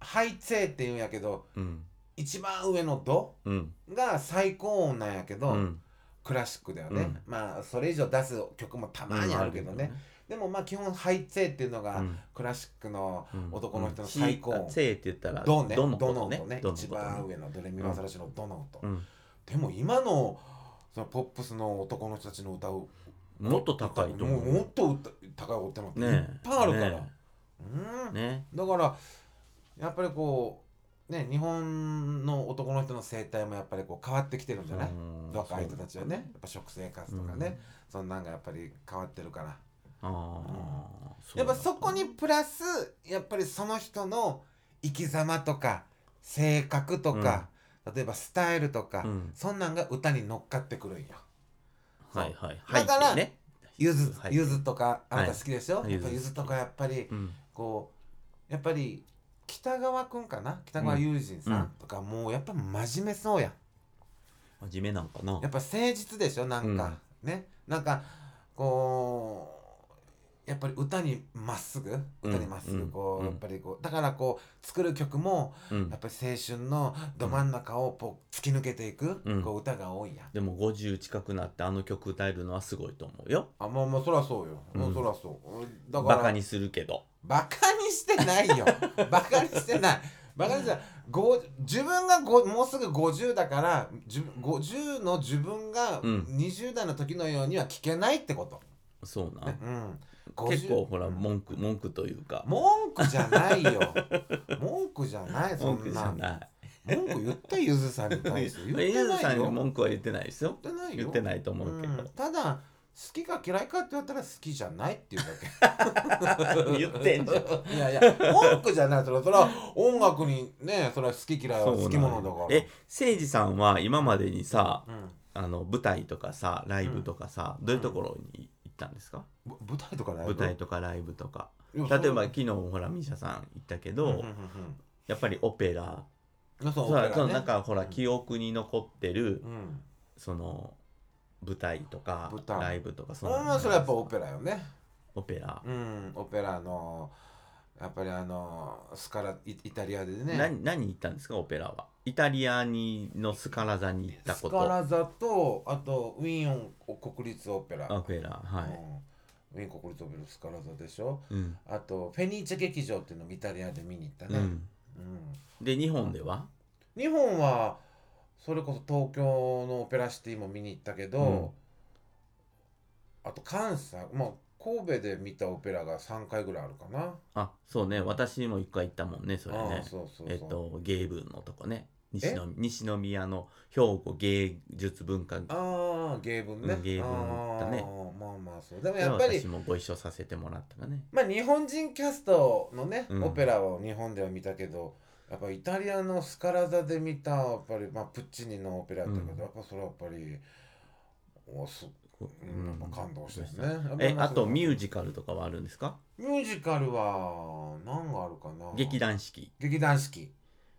Speaker 2: ハイツェって言うんやけど
Speaker 1: うん
Speaker 2: 一番上のド
Speaker 1: うん
Speaker 2: が最高音なんやけ
Speaker 1: う
Speaker 2: ど、
Speaker 1: ん
Speaker 2: クラシックだよね、
Speaker 1: うん
Speaker 2: まあそれ以上出す曲もたまにあるけどね、でもまあ基本ハイツェっていうの
Speaker 1: う
Speaker 2: が
Speaker 1: ん
Speaker 2: クラシックの
Speaker 1: うん
Speaker 2: 男の人の最高
Speaker 1: うんせいって言ったら
Speaker 2: ドねド
Speaker 1: の
Speaker 2: の
Speaker 1: こと
Speaker 2: 音
Speaker 1: ね
Speaker 2: ね
Speaker 1: どの
Speaker 2: 一
Speaker 1: ことね
Speaker 2: 番上のドレミファソラシのドの音、
Speaker 1: うん
Speaker 2: でも今のそのポップスの男の人たちの歌う
Speaker 1: もっと高いと思
Speaker 2: も
Speaker 1: う
Speaker 2: もっと歌高い音なんていっ
Speaker 1: ねえ
Speaker 2: ぱいあるから、
Speaker 1: ね
Speaker 2: うん、
Speaker 1: ね
Speaker 2: だからやっぱりこうね日本の男の人の生態もやっぱりこう変わってきてるんじゃない、
Speaker 1: うん
Speaker 2: 若い人たちはねやっぱ食生活とかね、そんなんがやっぱり変わってるから
Speaker 1: ああ
Speaker 2: やっぱそこにプラスやっぱりその人の生き様とか性格とか、例えばスタイルとか、
Speaker 1: うん
Speaker 2: そんなんが歌に乗っかってくるんよ。
Speaker 1: はいはい
Speaker 2: だか
Speaker 1: 背
Speaker 2: ら
Speaker 1: 景ね
Speaker 2: ゆず、
Speaker 1: はい
Speaker 2: ゆずとかあなた好きでしょ、
Speaker 1: はい
Speaker 2: やっぱゆずとかやっぱり
Speaker 1: うん
Speaker 2: こうやっぱり北川くんかな北川悠仁さ
Speaker 1: うん
Speaker 2: んとか、もうやっぱ真面目そうやん。
Speaker 1: 真面目なんかな
Speaker 2: やっぱ誠実でしょなんか、ねなんかこうやっぱり歌にまっすぐ歌にまっすぐこう、
Speaker 1: うん
Speaker 2: やっぱりこうだからこう作る曲も
Speaker 1: うん
Speaker 2: やっぱり青春のど真ん中をこう突き抜けていく、
Speaker 1: うん
Speaker 2: こう歌が多いやん。
Speaker 1: でも50近くなってあの曲歌えるのはすごいと思うよ
Speaker 2: あもうもうそらそうよ、も
Speaker 1: う
Speaker 2: うんそらそうだから
Speaker 1: バカにするけど
Speaker 2: バカにしてないよ バカにしてないバカにしてないご自分がごもうすぐ50だからじゅ50の自分が
Speaker 1: うん
Speaker 2: 20代の時のようには聞けないってこと、
Speaker 1: そうな
Speaker 2: ねうん、
Speaker 1: 結構
Speaker 2: 50
Speaker 1: ほら文句文句というか
Speaker 2: 文句じゃな いよ文句じゃないそ
Speaker 1: 文
Speaker 2: ん
Speaker 1: 句じゃ
Speaker 2: な
Speaker 1: ない
Speaker 2: 文句言ったゆずさんに対して言っ て
Speaker 1: ゆず
Speaker 2: な
Speaker 1: さ
Speaker 2: い
Speaker 1: んに
Speaker 2: よ言っ
Speaker 1: 文句は言ってないですよ
Speaker 2: てないよ
Speaker 1: 言ってないと思うけ
Speaker 2: うんただ好きか嫌いかって言われたら好きじゃないっていうだけ
Speaker 1: ど 言ってんじゃん
Speaker 2: いやいや文句じゃないそれはそれは音楽にねそれは好き嫌いは
Speaker 1: そうな
Speaker 2: 好きものだから
Speaker 1: んやえ誠司さんは今までにさ
Speaker 2: うん
Speaker 1: あの舞台とかさライブとかさ、どういうところに行ったんですか、
Speaker 2: ぶ舞台とかライブ
Speaker 1: 舞台とかライブとか
Speaker 2: いやそ
Speaker 1: 例えば
Speaker 2: う
Speaker 1: 昨日ほらミシャさん行ったけ
Speaker 2: うん
Speaker 1: ど、
Speaker 2: うんうん
Speaker 1: やっぱりオペラ
Speaker 2: うんそう
Speaker 1: そう
Speaker 2: オペラね
Speaker 1: そうなんかほら
Speaker 2: うん
Speaker 1: 記憶に残ってる、
Speaker 2: うん
Speaker 1: その舞台とか
Speaker 2: 舞台
Speaker 1: ライブとかそ
Speaker 2: そ
Speaker 1: の
Speaker 2: れはそれはやっぱオペラよね
Speaker 1: オペラ、
Speaker 2: うんオペラのやっぱりあのスカライイタリアで
Speaker 1: な
Speaker 2: ね
Speaker 1: 何行ったんですかオペラはイタリアにのスカラ座に行った
Speaker 2: ス
Speaker 1: こ
Speaker 2: カ
Speaker 1: と
Speaker 2: ラ座とあとウィーン国立オペラ
Speaker 1: オペラは
Speaker 2: うんウィーン国立オペラスカラ座でしょ
Speaker 1: い、うん
Speaker 2: あとフェニーチェ劇場っていうのもイタリアで見に行った
Speaker 1: う
Speaker 2: ね
Speaker 1: ん、
Speaker 2: うん
Speaker 1: で日本では
Speaker 2: 日本はそれこそ東京のオペラシティも見に行ったけど、あと関西まあ神戸で見たオペラが3回ぐらいあるかな。
Speaker 1: あそうね私も一回行ったもんねそれ
Speaker 2: あ
Speaker 1: ね
Speaker 2: あそうそうそう。
Speaker 1: えっと芸文のとこね西の西宮の兵庫芸術文化館
Speaker 2: ああ芸文ね。
Speaker 1: うん芸文行ったね
Speaker 2: ああまあまあそう。でも
Speaker 1: で
Speaker 2: やっぱり
Speaker 1: 私もご一緒させてもらったらね
Speaker 2: まあ日本人キャストのね、
Speaker 1: うん
Speaker 2: オペラを日本では見たけど。やっぱイタリアのスカラ座で見たやっぱり、まあ、プッチーニのオペラだけど、
Speaker 1: うん
Speaker 2: やっぱそれはやっぱりおす、うん、やっぱ感動したですね。
Speaker 1: えあとミュー
Speaker 2: ジ
Speaker 1: ジカルとかはあるんですか
Speaker 2: ミュージカルは何があるかな
Speaker 1: 劇団四季
Speaker 2: 劇団四季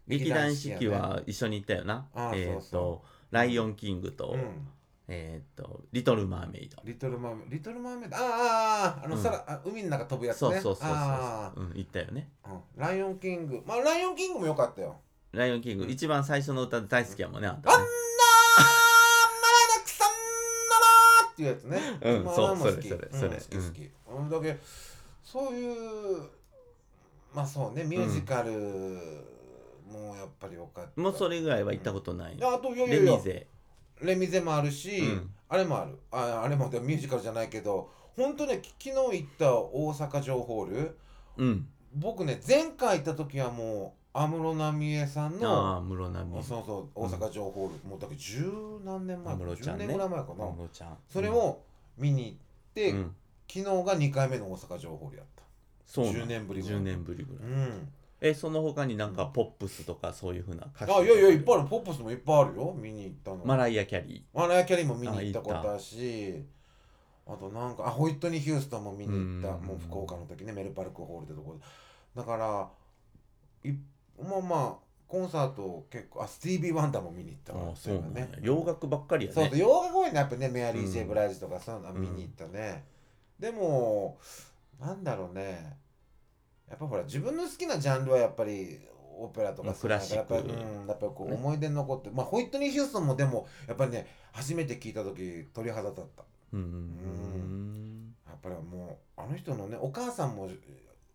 Speaker 1: 劇団四季
Speaker 2: 劇団四季
Speaker 1: は一緒に行ったよな
Speaker 2: ああ
Speaker 1: え
Speaker 2: そう
Speaker 1: っ
Speaker 2: そ
Speaker 1: と「ライオンキング」と
Speaker 2: うん
Speaker 1: 「えっとリトル・マーメイド
Speaker 2: リトルマーメイドリトルマーメイドあああああの
Speaker 1: うん
Speaker 2: 空、あ海の中飛ぶ」やつ
Speaker 1: そう
Speaker 2: ね
Speaker 1: そうそうそう
Speaker 2: あ
Speaker 1: うん行ったよね
Speaker 2: あ、うん、ライオンキングまあライオンキングも良かったよ
Speaker 1: 「ライオンキング」一番最初の歌大好きやもんねあん
Speaker 2: あ
Speaker 1: た
Speaker 2: んな
Speaker 1: ね
Speaker 2: マラダクさんならーっていうやつね
Speaker 1: うん
Speaker 2: まあ
Speaker 1: そう
Speaker 2: あも好き
Speaker 1: それ
Speaker 2: うん
Speaker 1: それ
Speaker 2: 好
Speaker 1: そ
Speaker 2: き
Speaker 1: れ
Speaker 2: 好き、うん、だけどそういうまあそうねミュージカルもやっぱり良かった、
Speaker 1: もうそれぐらいは行ったことない
Speaker 2: いやあといやいや
Speaker 1: レ
Speaker 2: いや
Speaker 1: ミゼ
Speaker 2: レミゼもあるし、
Speaker 1: うん
Speaker 2: あれもあるああれもでもミュージカルじゃないけど本当ねき昨日行った大阪城ホール
Speaker 1: うん
Speaker 2: 僕ね前回行った時はもう安室奈美恵さん
Speaker 1: あ
Speaker 2: の
Speaker 1: あ室奈美
Speaker 2: そうそう大阪城ホール、もうだけ十何年前
Speaker 1: 安室ちゃ
Speaker 2: 10
Speaker 1: んね
Speaker 2: 年ぐらい前かな、
Speaker 1: 安室ちゃん
Speaker 2: それを見に行って、
Speaker 1: うん
Speaker 2: 昨日が2回目の大阪城ホールやった
Speaker 1: そうなの
Speaker 2: 10年ぶりぐらい
Speaker 1: 10年ぶりぐら
Speaker 2: う
Speaker 1: い
Speaker 2: ん
Speaker 1: えその他になんかポップスとかそういうふうな
Speaker 2: あ
Speaker 1: 歌
Speaker 2: い
Speaker 1: 手
Speaker 2: やいやいっぱいあるポップスもいっぱいあるよ見に行ったの
Speaker 1: マライア・キャリ
Speaker 2: マライア・キャリーも見に行ったことだしあとなんかあホイットニー・ヒューストンも見に行った
Speaker 1: うん
Speaker 2: もう福岡の時ねメルパルクホールってとこだからいまあまあコンサート結構あスティービー・ワンダーも見に行った
Speaker 1: ーあ
Speaker 2: わ
Speaker 1: あそうなんや
Speaker 2: ね
Speaker 1: 洋楽ばっかりや
Speaker 2: そうそう
Speaker 1: ね
Speaker 2: 洋楽公演のやっぱねメアリー・ジ
Speaker 1: う
Speaker 2: ェ
Speaker 1: ん
Speaker 2: ブライジとかそういうのは見に行ったね、でもなんだろうねやっぱほら自分の好きなジャンルはやっぱりオペラと
Speaker 1: まあ
Speaker 2: かそういうのがやっぱり、
Speaker 1: クラシック
Speaker 2: うん、やっぱりこう
Speaker 1: ね
Speaker 2: 思い出に残って、まあホイットニー・ヒューストンもでもやっぱりね初めて聞いた時鳥肌だった
Speaker 1: うんうん
Speaker 2: やっぱりもうあの人のねお母さんも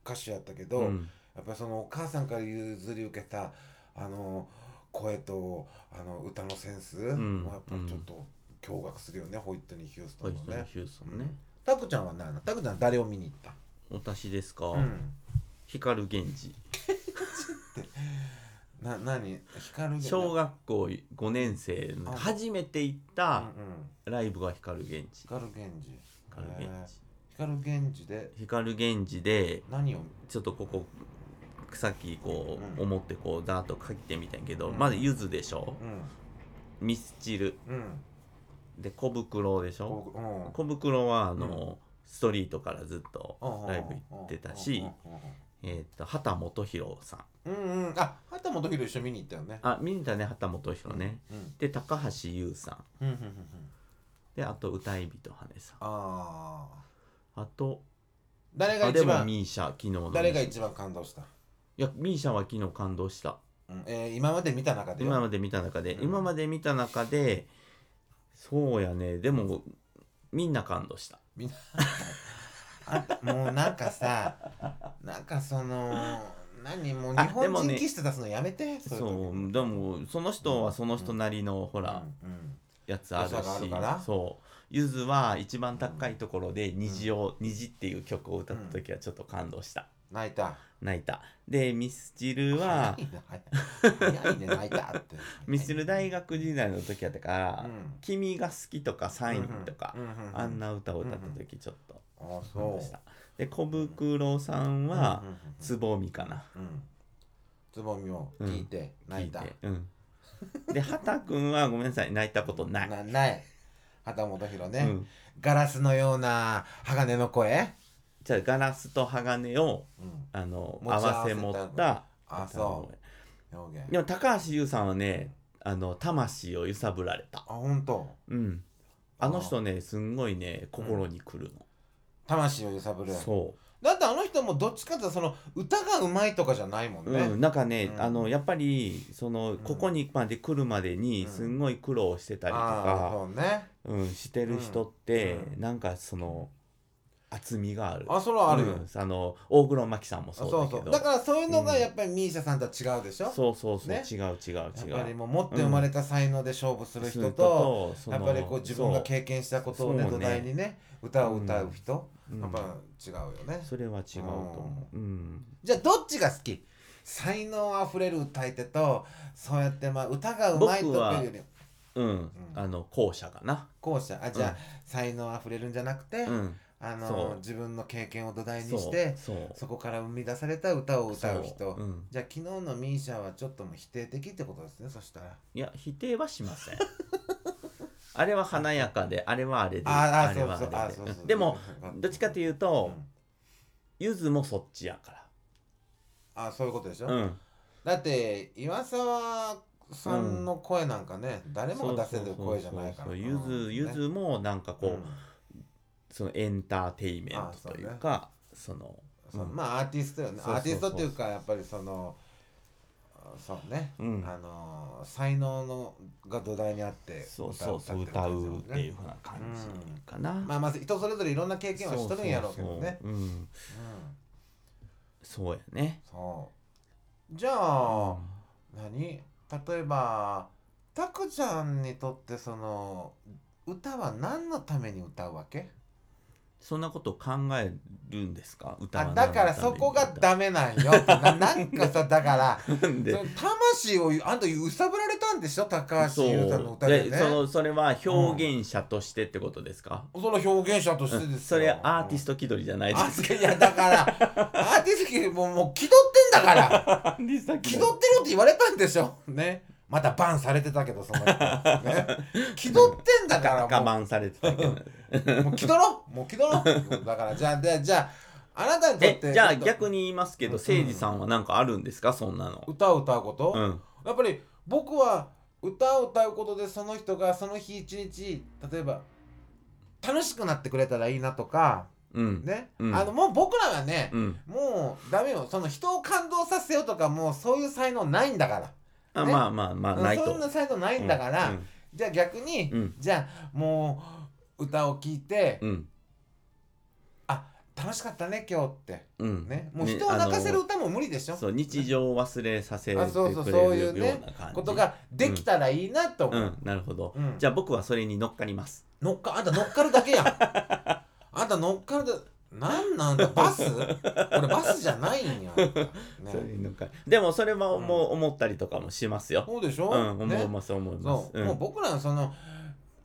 Speaker 2: 歌手やったけど、
Speaker 1: うん
Speaker 2: やっぱりそのお母さんから譲り受けたあの声とあの歌のセンス
Speaker 1: ん
Speaker 2: もやっぱちょっと驚愕するよね、ホイットニー・ヒュースト
Speaker 1: ホイ
Speaker 2: ン
Speaker 1: ッ
Speaker 2: の
Speaker 1: トニー
Speaker 2: ね。
Speaker 1: ヒュースト
Speaker 2: う
Speaker 1: ン
Speaker 2: ん
Speaker 1: ね
Speaker 2: タクちゃんは何なのタクちゃんは誰を見に行った
Speaker 1: 私ですか
Speaker 2: うん。
Speaker 1: 光源氏
Speaker 2: な何光る
Speaker 1: 小
Speaker 2: 学
Speaker 1: 学校5年生の
Speaker 2: あ
Speaker 1: 初めて行っ
Speaker 2: うんう
Speaker 1: た
Speaker 2: ん、
Speaker 1: ライブが光源氏
Speaker 2: 光源氏。
Speaker 1: 光源氏
Speaker 2: えー光源氏で
Speaker 1: 光源氏で
Speaker 2: 何を
Speaker 1: ちょっとここさっきこう
Speaker 2: うん
Speaker 1: 思ってこうダーッと書いてみたんやけど、
Speaker 2: うん
Speaker 1: まずゆずでしょ
Speaker 2: うん
Speaker 1: ミスチル
Speaker 2: うん
Speaker 1: で小袋でしょ
Speaker 2: こううん
Speaker 1: 小袋はあの、ストリートからずっとライブ行ってたし、えっと畑基博さん
Speaker 2: うんうんうんあ畑基博一緒に見に行ったよね
Speaker 1: あ見に行ったね畑基博ね、
Speaker 2: うん
Speaker 1: で高橋優さん
Speaker 2: うんうんうんうん
Speaker 1: であと歌い人羽根さん
Speaker 2: ああ
Speaker 1: あと
Speaker 2: 誰が
Speaker 1: あで
Speaker 2: 一
Speaker 1: も
Speaker 2: 番
Speaker 1: ミーシャ昨日の
Speaker 2: 誰が一番感動した、
Speaker 1: いやミーシャは昨日感動した
Speaker 2: うんえー今まで見た中でよ
Speaker 1: 今まで見た中で、
Speaker 2: うん
Speaker 1: 今まで見た中でそうやねでもみんな感動した
Speaker 2: あもうなんかさ なんかその何もう日
Speaker 1: あで
Speaker 2: 本
Speaker 1: もね
Speaker 2: 人気質出すのやめて、
Speaker 1: そう
Speaker 2: い時
Speaker 1: でもその人はその人なりの、ほ
Speaker 2: う
Speaker 1: ら、
Speaker 2: ん
Speaker 1: やつあるし
Speaker 2: 良さがあるから
Speaker 1: そうゆずは一番高いところで「虹を」虹」っていう曲を歌った時はちょっと感動した
Speaker 2: 泣いた
Speaker 1: 泣いたでミスチル は
Speaker 2: 早いね早い早いね泣いたって
Speaker 1: ミスチル大学時代の時やったから「
Speaker 2: うん
Speaker 1: 君が好き」とか「サイン」とか、
Speaker 2: うんうんうんうん
Speaker 1: あんな歌を歌った時ちょっと
Speaker 2: あ
Speaker 1: 感
Speaker 2: そ
Speaker 1: 動した、で小袋さん
Speaker 2: う
Speaker 1: は
Speaker 2: うんうん
Speaker 1: 「つぼみ」かな
Speaker 2: うんつぼみを聞いて泣いた、
Speaker 1: 聞いて、うん、で畑くんはごめんなさい泣いたことない、
Speaker 2: なない畑本博ね、
Speaker 1: うん、
Speaker 2: ガラスのような鋼の声、
Speaker 1: じゃあガラスと鋼を
Speaker 2: うん、
Speaker 1: あの
Speaker 2: 持ち
Speaker 1: 合
Speaker 2: 合わ
Speaker 1: わ
Speaker 2: せ
Speaker 1: せ
Speaker 2: た
Speaker 1: 持った
Speaker 2: あ
Speaker 1: 歌声
Speaker 2: そう表現
Speaker 1: でも高橋優さんはねあの魂を揺さぶられた
Speaker 2: あ本当
Speaker 1: うんあの人ねすんごいね心にくるの、
Speaker 2: 魂を揺さぶる
Speaker 1: そ
Speaker 2: だってあの人もどっちかっていうとその歌がうまいとかじゃないもん
Speaker 1: う、
Speaker 2: ね、
Speaker 1: うん、なんかね、
Speaker 2: うん
Speaker 1: あのやっぱりその、ここにまで来るまでに
Speaker 2: うん
Speaker 1: すんごい苦労してたりと
Speaker 2: ああ
Speaker 1: か、
Speaker 2: そうね
Speaker 1: うんしてる人って、
Speaker 2: うん
Speaker 1: なんかその厚みがある
Speaker 2: あそれはあるよ、
Speaker 1: う
Speaker 2: あ
Speaker 1: ん、あの大黒摩季さんもそ
Speaker 2: そう
Speaker 1: うだ
Speaker 2: そ
Speaker 1: け
Speaker 2: う
Speaker 1: ど
Speaker 2: だからそういうのがやっぱりミーシャさんとは違うでしょ、
Speaker 1: そうそうそう、
Speaker 2: ね
Speaker 1: 違う違う違う
Speaker 2: やっぱりもう持って生まれた才能で勝負する人と、
Speaker 1: とその
Speaker 2: やっぱりこう自分が
Speaker 1: そ
Speaker 2: 経験したことをね
Speaker 1: そう
Speaker 2: 土
Speaker 1: ね
Speaker 2: 台にね歌を歌う人、
Speaker 1: ううん
Speaker 2: やっぱ違うよね、
Speaker 1: それは違うと思う、うん、
Speaker 2: じゃあどっちが好き才能あふれる歌い手とそうやってまあ歌がうまいと
Speaker 1: 僕は
Speaker 2: いうより
Speaker 1: うん、あの後者かな、
Speaker 2: 後者あじゃあ、
Speaker 1: うん
Speaker 2: 才能あふれるんじゃなくて、
Speaker 1: うん、
Speaker 2: あ
Speaker 1: そう
Speaker 2: の自分の経験を土台
Speaker 1: そ
Speaker 2: に
Speaker 1: う
Speaker 2: して
Speaker 1: そう
Speaker 2: そこから生み出された歌を歌う人、
Speaker 1: そううん、
Speaker 2: じゃあ昨日のミーシャはちょっともう否定的ってことですねそしたら
Speaker 1: いや否定はしま せんあれは華やかであれはあれで
Speaker 2: ああ
Speaker 1: れ
Speaker 2: そう
Speaker 1: は
Speaker 2: そう
Speaker 1: あ
Speaker 2: あ
Speaker 1: れで
Speaker 2: そうそう
Speaker 1: うんでもどっちかと
Speaker 2: い
Speaker 1: いう
Speaker 2: う
Speaker 1: と
Speaker 2: ん
Speaker 1: ゆず、もそっちやか
Speaker 2: あそういうことでしょ、
Speaker 1: ら、うん、
Speaker 2: だって岩沢さんの声なんかね、誰もが出せる声じゃないから
Speaker 1: そうそうそうそうゆずゆずもなんかこう、そのエンターテイメントというかそ,、の
Speaker 2: そう
Speaker 1: うん
Speaker 2: まあアーティストよね
Speaker 1: そうそうそう
Speaker 2: アーティストっていうかやっぱりそのあそうね、
Speaker 1: うん
Speaker 2: あの才能のが土台にあって
Speaker 1: そうそうそう
Speaker 2: 歌
Speaker 1: 歌
Speaker 2: う
Speaker 1: うっていうふうな感じかな、
Speaker 2: まあまず人それぞれいろんな経験はしとるんやろうけどね
Speaker 1: そうそうそううん
Speaker 2: うん
Speaker 1: そうやね
Speaker 2: そうじゃあ、何例えばタクちゃんにとってその歌は何のために歌うわけ
Speaker 1: そんなこと考えるんですか歌は何の
Speaker 2: あだからそこがダメなんよななんかさだから
Speaker 1: ために歌うなんで
Speaker 2: その魂をあんた揺さぶられたんでしょ高橋
Speaker 1: そう
Speaker 2: 優さんの歌でね
Speaker 1: でそのそれは表現者としてってことですか、
Speaker 2: その表現者としてです
Speaker 1: そ
Speaker 2: よ
Speaker 1: れアーティスト気取りじゃない
Speaker 2: うん
Speaker 1: で
Speaker 2: ア
Speaker 1: す
Speaker 2: ーティストいやだからアーティストもうもう気取ってんだから
Speaker 1: か。アーティスト
Speaker 2: 気取ってるって言われたんでしょねまたバンされてたけどその人、 ね、気取ってんだから
Speaker 1: 我
Speaker 2: もう
Speaker 1: 慢されてたけど。
Speaker 2: もう気取ろうもう気取ろうだからじゃあでじゃああなたにとっ
Speaker 1: え
Speaker 2: て
Speaker 1: じゃ
Speaker 2: ち
Speaker 1: あ
Speaker 2: ょっと
Speaker 1: 逆に言いますけど、誠司さんは何かあるんですかそんなの。
Speaker 2: 歌を歌うこと、
Speaker 1: うん。
Speaker 2: やっぱり僕は歌を歌うことでその人がその日一日例えば楽しくなってくれたらいいなとか
Speaker 1: うん。
Speaker 2: ね、
Speaker 1: うん
Speaker 2: あのもう僕らはね、
Speaker 1: うん。
Speaker 2: もうダメよその人を感動させようとかもうそういう才能ないんだから
Speaker 1: あ
Speaker 2: ね
Speaker 1: まあまあまあ
Speaker 2: うん
Speaker 1: ないと。
Speaker 2: そんな才能ないんだから、
Speaker 1: うん
Speaker 2: じゃあ逆に、
Speaker 1: うん
Speaker 2: じゃあもう歌を聴いて、
Speaker 1: うん。
Speaker 2: 楽しかったね今日って
Speaker 1: うん。
Speaker 2: ねもう人を泣かせる
Speaker 1: ね。
Speaker 2: 歌も無理でし
Speaker 1: あ
Speaker 2: ょ、
Speaker 1: のそう日常を忘れさせて
Speaker 2: あそうそう
Speaker 1: く
Speaker 2: そう
Speaker 1: れ
Speaker 2: いう
Speaker 1: るよ
Speaker 2: ね
Speaker 1: うな感じ。
Speaker 2: こと。ができたらいいなと思
Speaker 1: う
Speaker 2: う、
Speaker 1: ん。なるほど
Speaker 2: う。ん
Speaker 1: じゃあ僕はそれに乗っかります。
Speaker 2: 乗っかあんた乗っかるだ けやんあんた乗っかるだなんなんだバス俺バスじゃないんや、
Speaker 1: それ
Speaker 2: ね、
Speaker 1: に乗っかりでもそれは思う思ったりとかもしますよ。
Speaker 2: そうでし
Speaker 1: う
Speaker 2: ょ、
Speaker 1: ん。思い
Speaker 2: ね
Speaker 1: ます思います
Speaker 2: そ。う、
Speaker 1: うん
Speaker 2: もう僕らのその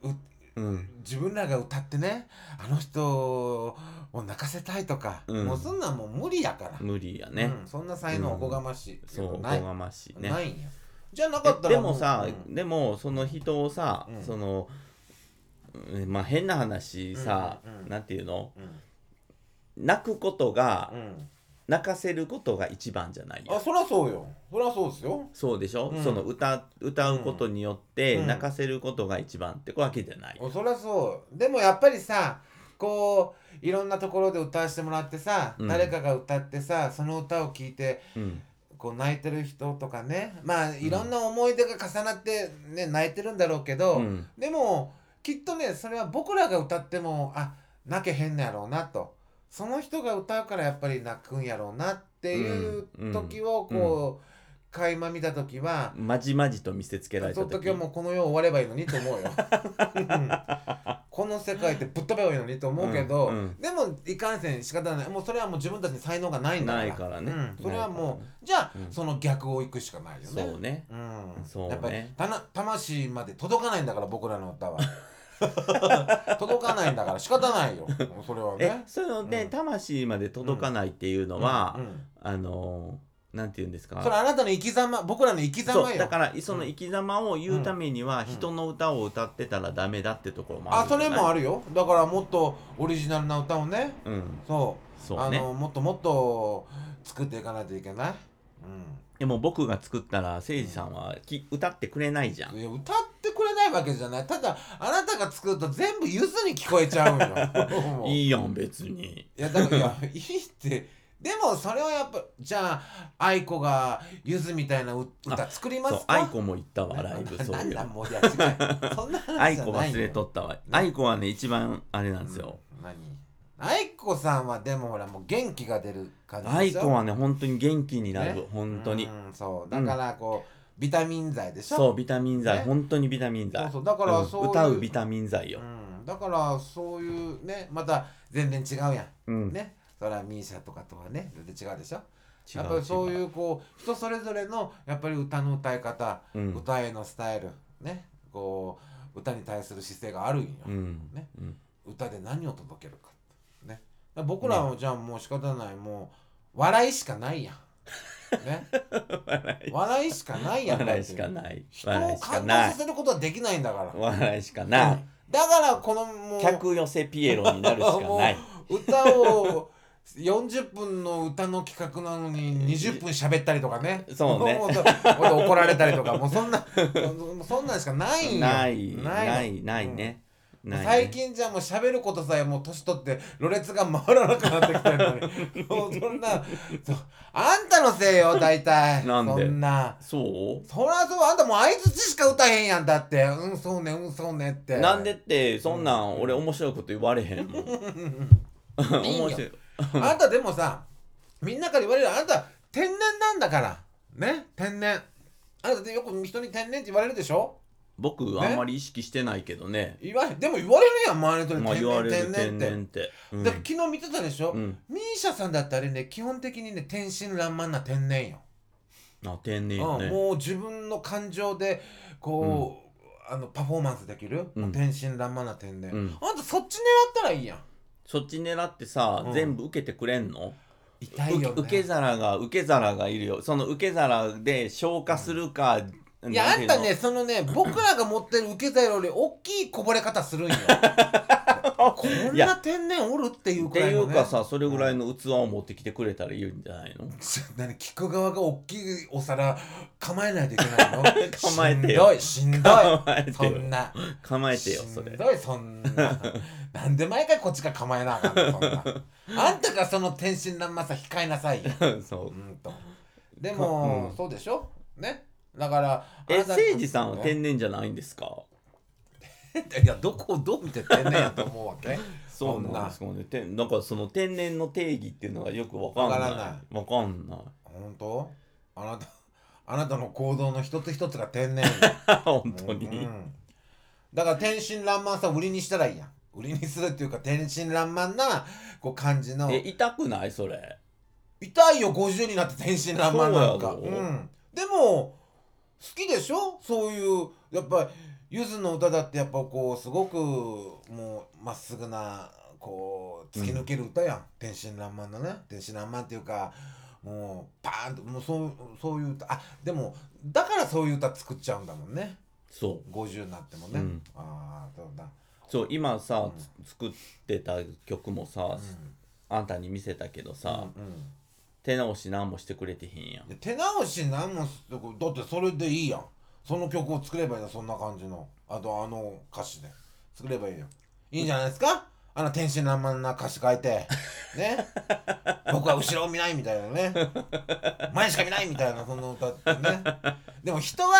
Speaker 2: う
Speaker 1: うん
Speaker 2: 自分らが歌ってねあの人を泣かせたいとか、
Speaker 1: うん
Speaker 2: もうそんなんもう無理やから、
Speaker 1: 無理やね、
Speaker 2: うんそんな才能おこがましいってい
Speaker 1: そうう
Speaker 2: の
Speaker 1: おこ
Speaker 2: ない、
Speaker 1: がましいね
Speaker 2: ないんやじゃなかった
Speaker 1: え
Speaker 2: ら
Speaker 1: でもさ、
Speaker 2: うん
Speaker 1: でもその人をさ、
Speaker 2: うん
Speaker 1: そのうんまあ変な話さ、
Speaker 2: うんうんうん
Speaker 1: なんていうの
Speaker 2: うん
Speaker 1: 泣くことが
Speaker 2: うん
Speaker 1: 泣かせることが一番じゃない
Speaker 2: あ
Speaker 1: よ
Speaker 2: そりゃそうよそりゃそうですよ
Speaker 1: そうでしょ、
Speaker 2: うん
Speaker 1: その歌歌うことによって
Speaker 2: うん
Speaker 1: 泣かせることが一番ってわけじゃない、
Speaker 2: おそらそうでもやっぱりさこういろんなところで歌わせてもらってさ、
Speaker 1: うん
Speaker 2: 誰かが歌ってさその歌を聴いて
Speaker 1: うん
Speaker 2: こう泣いてる人とかねまあいろんな思い出が重なって、ね泣いてるんだろうけど、
Speaker 1: うん
Speaker 2: でもきっとねそれは僕らが歌ってもあ泣けへんのやろうなとその人が歌うからやっぱり泣くんやろうなっていう時を
Speaker 1: うん
Speaker 2: こう、垣間見た時は、
Speaker 1: まじまじと見せつけられ
Speaker 2: そ
Speaker 1: た
Speaker 2: の
Speaker 1: 時
Speaker 2: 時はもうこの世を終わればいいのにと思 うようんこの世界ってぶっ飛べばいいのにと思うけど、
Speaker 1: うんうん
Speaker 2: でもいかんせん仕方ないもうそれはもう自分たちに才能がないんだから
Speaker 1: ないからね
Speaker 2: うんそれはもう、
Speaker 1: な
Speaker 2: じゃあ、
Speaker 1: うん
Speaker 2: その逆を行くしかないよね
Speaker 1: そうね
Speaker 2: うん
Speaker 1: そうね
Speaker 2: やっぱりたな魂まで届かないんだから僕らの歌は 届かないんだから仕方ないよそれは
Speaker 1: え
Speaker 2: ね
Speaker 1: そのね、
Speaker 2: うん
Speaker 1: 魂まで届かないっていうのは、
Speaker 2: うんうん
Speaker 1: あのーなんて言うんですか
Speaker 2: それあなたの生き様僕らの生き様
Speaker 1: そう
Speaker 2: よ
Speaker 1: だからその生き様を言うためには、
Speaker 2: ん
Speaker 1: 人の歌を歌ってたらダメだってところもあ
Speaker 2: あ
Speaker 1: る
Speaker 2: それもあ
Speaker 1: る、
Speaker 2: るよだからもっとオリジナルな歌をね
Speaker 1: うん、
Speaker 2: そう
Speaker 1: そうね
Speaker 2: あのもっともっと作っていかないといけない、
Speaker 1: でも僕が作ったら誠司さんはき歌ってくれないじゃ
Speaker 2: うんん、いや歌ってくれないわけじゃないただあなたが作ると全部ゆずに聞こえちゃうんよい
Speaker 1: いいやん別に
Speaker 2: やだからいやいいってでもそれはやっぱじゃあ愛子がゆずみたいなう歌作りま
Speaker 1: そう
Speaker 2: すか
Speaker 1: 愛子も言ったわライブ
Speaker 2: な
Speaker 1: そう
Speaker 2: ないん
Speaker 1: う
Speaker 2: だもういや違うそんな話じゃない
Speaker 1: 愛
Speaker 2: よ
Speaker 1: 子忘れとったわ愛子はね一番あれなんですよ、
Speaker 2: うん何愛子さんはでもほらもう元気が出る感じで
Speaker 1: 愛
Speaker 2: しょ
Speaker 1: 子はね本当に元気になる、
Speaker 2: ね
Speaker 1: 本当に
Speaker 2: うんそうだからこう、ビタミン剤でしょ
Speaker 1: そうビタミン剤、
Speaker 2: ね
Speaker 1: 本当にビタミン剤
Speaker 2: そうそうだからそういう、
Speaker 1: ん歌うビタミン剤よ、
Speaker 2: うん、だからそういうねまた全然違うや
Speaker 1: うん
Speaker 2: んねそれはミーシャとかとはね全然違うでしょ
Speaker 1: 違う
Speaker 2: やっぱりそう
Speaker 1: 違
Speaker 2: いうこう人それぞれのやっぱり歌の歌い方、
Speaker 1: うん
Speaker 2: 歌へのスタイルねこう歌に対する姿勢があるんよ、
Speaker 1: うん、
Speaker 2: ね
Speaker 1: うん
Speaker 2: 歌で何を届けるかねだから僕らはじゃあもう仕方ないもう笑いしかないやん ね笑いしかないやん
Speaker 1: 笑いしか
Speaker 2: い
Speaker 1: ない
Speaker 2: 人を
Speaker 1: 笑いしか
Speaker 2: 感動
Speaker 1: な
Speaker 2: さ
Speaker 1: い
Speaker 2: せることはできないんだから
Speaker 1: 笑いしかない
Speaker 2: うんだからこのもう
Speaker 1: 客寄せピエロになるしかない
Speaker 2: もう歌を40分の歌の企画なのに20分喋ったりとかね
Speaker 1: そうね
Speaker 2: もうそうほんと怒られたりとかもうそんなそそんなんしかないんよ
Speaker 1: ないない
Speaker 2: の
Speaker 1: いないねないね
Speaker 2: 最近じゃもう喋ることさえもう年取ってろれつが回らなくなってきてるのにもうそんなそうあんたのせいよ大体
Speaker 1: なんで
Speaker 2: そんな
Speaker 1: そう
Speaker 2: そらそうあんたもう相づちしか歌へんやんだってうんそうねうんそうねって
Speaker 1: なんでってそんなん俺面白いこと言われへんもん
Speaker 2: いい よ
Speaker 1: 面白い
Speaker 2: あなたでもさみんなから言われるあなた天然なんだからね天然あなたってよく人に天然って言われるでしょ
Speaker 1: 僕あんまり意識してないけどね
Speaker 2: 言われでも言われるやん周りの人に
Speaker 1: まあ言われる
Speaker 2: 天然天然
Speaker 1: 天
Speaker 2: って、
Speaker 1: 然ってうん
Speaker 2: だから昨日見てたでしょ、
Speaker 1: うん
Speaker 2: ミーシャさんだってあれね基本的にね天真爛漫な天然よ、
Speaker 1: あ天然よ
Speaker 2: うん、
Speaker 1: ね
Speaker 2: もう自分の感情でこう、あのパフォーマンスできる、
Speaker 1: うん
Speaker 2: もう天真爛漫な天然、
Speaker 1: うん
Speaker 2: あんたそっち狙ったらいいやん
Speaker 1: そっち狙ってさ
Speaker 2: うん
Speaker 1: 全部受けてくれんの
Speaker 2: 痛いよね
Speaker 1: 受け皿が受け皿がいるよその受け皿で消化するか
Speaker 2: いや、
Speaker 1: な
Speaker 2: あ
Speaker 1: て
Speaker 2: ん
Speaker 1: うの
Speaker 2: たね、そのね、僕らが持ってる受け皿より大きいこぼれ方する んよ。こん
Speaker 1: い
Speaker 2: な
Speaker 1: や
Speaker 2: 天然おるっていう
Speaker 1: っ
Speaker 2: く
Speaker 1: て
Speaker 2: らい
Speaker 1: い
Speaker 2: の、ね。
Speaker 1: うかさそれぐらいの器を持ってきてくれたらいいんじゃないの
Speaker 2: ちょ。何聞く側が大きいお皿構えないといけないの
Speaker 1: 構えてよ
Speaker 2: しんどいしんど
Speaker 1: 構えてよ
Speaker 2: いそんな
Speaker 1: 構えてよそ
Speaker 2: しん
Speaker 1: れ
Speaker 2: どいそんななんで毎回こっちが構えなあかんのそんなあんたがその天真爛漫さ控えな さいよ
Speaker 1: そう
Speaker 2: うんとでも、
Speaker 1: うん
Speaker 2: そうでしょねだから
Speaker 1: え
Speaker 2: あなた
Speaker 1: 誠司さんは天然じゃないんですか
Speaker 2: いやどこを どう見て天然やと思うわけ
Speaker 1: そうなんですかねてなんかその天然の定義っていうのがよくわかん
Speaker 2: わからな
Speaker 1: ないわかんない
Speaker 2: 本当あなたあなたの行動の一つ一つが天然
Speaker 1: 本当に、
Speaker 2: うんだから天真爛漫さを売りにしたらいいやん売りにするっていうか天真爛漫なこう感じの
Speaker 1: え痛くないそれ
Speaker 2: 痛いよ50になって天真爛漫なんか
Speaker 1: そううやろ
Speaker 2: んでも好きでしょそういうやっぱゆずの歌だってやっぱこうすごくもうまっすぐなこう突き抜ける歌やん、天真爛漫なね天真爛漫っていうかもうパーンともうそうそういう歌あでもだからそういう歌作っちゃうんだもんね
Speaker 1: そう
Speaker 2: 50になってもね、
Speaker 1: うん
Speaker 2: ああそうだ
Speaker 1: そう今さ、
Speaker 2: うん
Speaker 1: つ作ってた曲もさ、
Speaker 2: うん
Speaker 1: あんたに見せたけどさ、
Speaker 2: うんうん
Speaker 1: 手直し何もしてくれてへんや ん
Speaker 2: いや手直しなんもすだってそれでいいやんその曲を作ればいいやんそんな感じのあとあの歌詞で作ればいいやんいいんじゃないですか あの天真爛漫な歌詞変えてね 僕は後ろを見ないみたいなね前しか見ないみたいなそんな歌ってねでも人は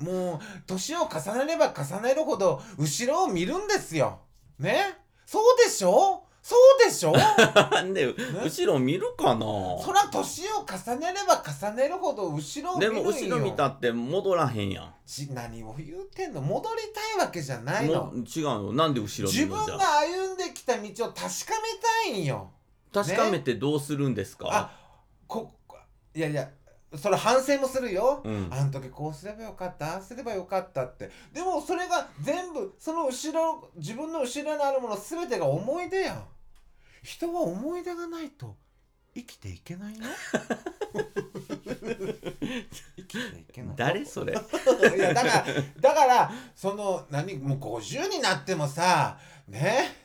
Speaker 2: もう年を重ねれば重ねるほど後ろを見るんですよねそうでしょそうでしょ
Speaker 1: なんで後ろ見るかな
Speaker 2: そら年を重ねれば重ねるほど後ろを見
Speaker 1: で
Speaker 2: るん
Speaker 1: も
Speaker 2: よ
Speaker 1: 後ろ見たって戻らへんやん
Speaker 2: ち何を言うてんの戻りたいわけじゃない
Speaker 1: も
Speaker 2: の
Speaker 1: う違うよなんで後ろ見
Speaker 2: 自
Speaker 1: るの
Speaker 2: 分
Speaker 1: じゃ
Speaker 2: が
Speaker 1: あ
Speaker 2: 歩んできた道を確かめたいんよ
Speaker 1: 確かめてどうするんですか、
Speaker 2: あこいやいやそれ反省もするよ、
Speaker 1: うん
Speaker 2: あの時こうすればよかったああすればよかったってでもそれが全部その後ろ自分の後ろにあるもの全てが思い出やん人は思い出がないと生きていけないよ 生きていけない
Speaker 1: 誰そ れ
Speaker 2: いやだからだからその何もう50になってもさね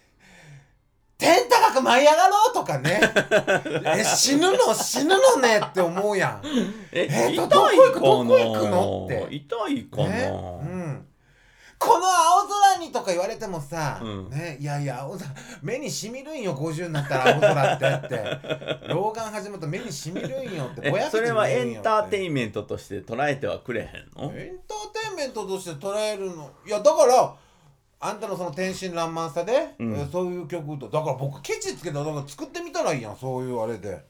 Speaker 2: 天高く舞い上がろうとかね え死ぬの死ぬのねって思うやん
Speaker 1: え
Speaker 2: えー
Speaker 1: 痛
Speaker 2: と
Speaker 1: いかな
Speaker 2: どこ行くのって
Speaker 1: 痛いかな、
Speaker 2: ねうん、この青空にとか言われてもさ、
Speaker 1: うん
Speaker 2: ね、いやいや青空目にしみるんよ50になったら青空ってって老眼始まったら目にしみるんよって
Speaker 1: えそれはエンターテ
Speaker 2: イン
Speaker 1: インメントとして捉えてはくれへんの
Speaker 2: エンターテインメントとして捉えるのいやだからあんたのその天真爛漫さで、
Speaker 1: うん
Speaker 2: えそういう曲とだから僕ケチつけただから作ってみたらいいやんそういうあれで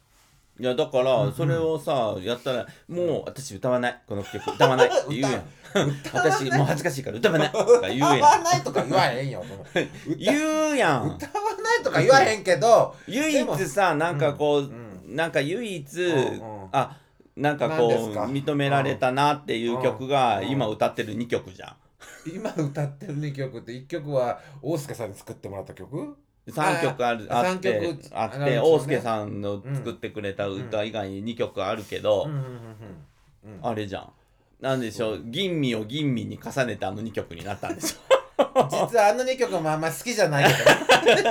Speaker 1: いやだからそれをさやったらもう私歌わないこの曲歌わないって言うやん 私もう恥ずかしいから歌わないとか言う
Speaker 2: 歌
Speaker 1: やん
Speaker 2: わないとか言わへんよその
Speaker 1: 言うやん
Speaker 2: 歌わないとか言わへんけど
Speaker 1: 唯一さなんかこう、
Speaker 2: ん
Speaker 1: なんか唯一、
Speaker 2: うんうん
Speaker 1: あなんかこう
Speaker 2: 何ですか
Speaker 1: 認められたなっていう曲が
Speaker 2: うん
Speaker 1: 今歌ってる2曲じゃん
Speaker 2: 今歌ってる2曲って1曲は大輔さんに作ってもらった曲
Speaker 1: 3曲ある
Speaker 2: あ
Speaker 1: あって
Speaker 2: 三曲
Speaker 1: あっ
Speaker 2: あるんです
Speaker 1: て
Speaker 2: よね
Speaker 1: 大輔さんの作ってくれた歌以外に2曲あるけど、
Speaker 2: うんうんうんうん
Speaker 1: あれじゃんなんでしょう吟味を吟味に重ねてあの2曲になったんでしょ
Speaker 2: 実はあの2曲もあんま好きじゃないけ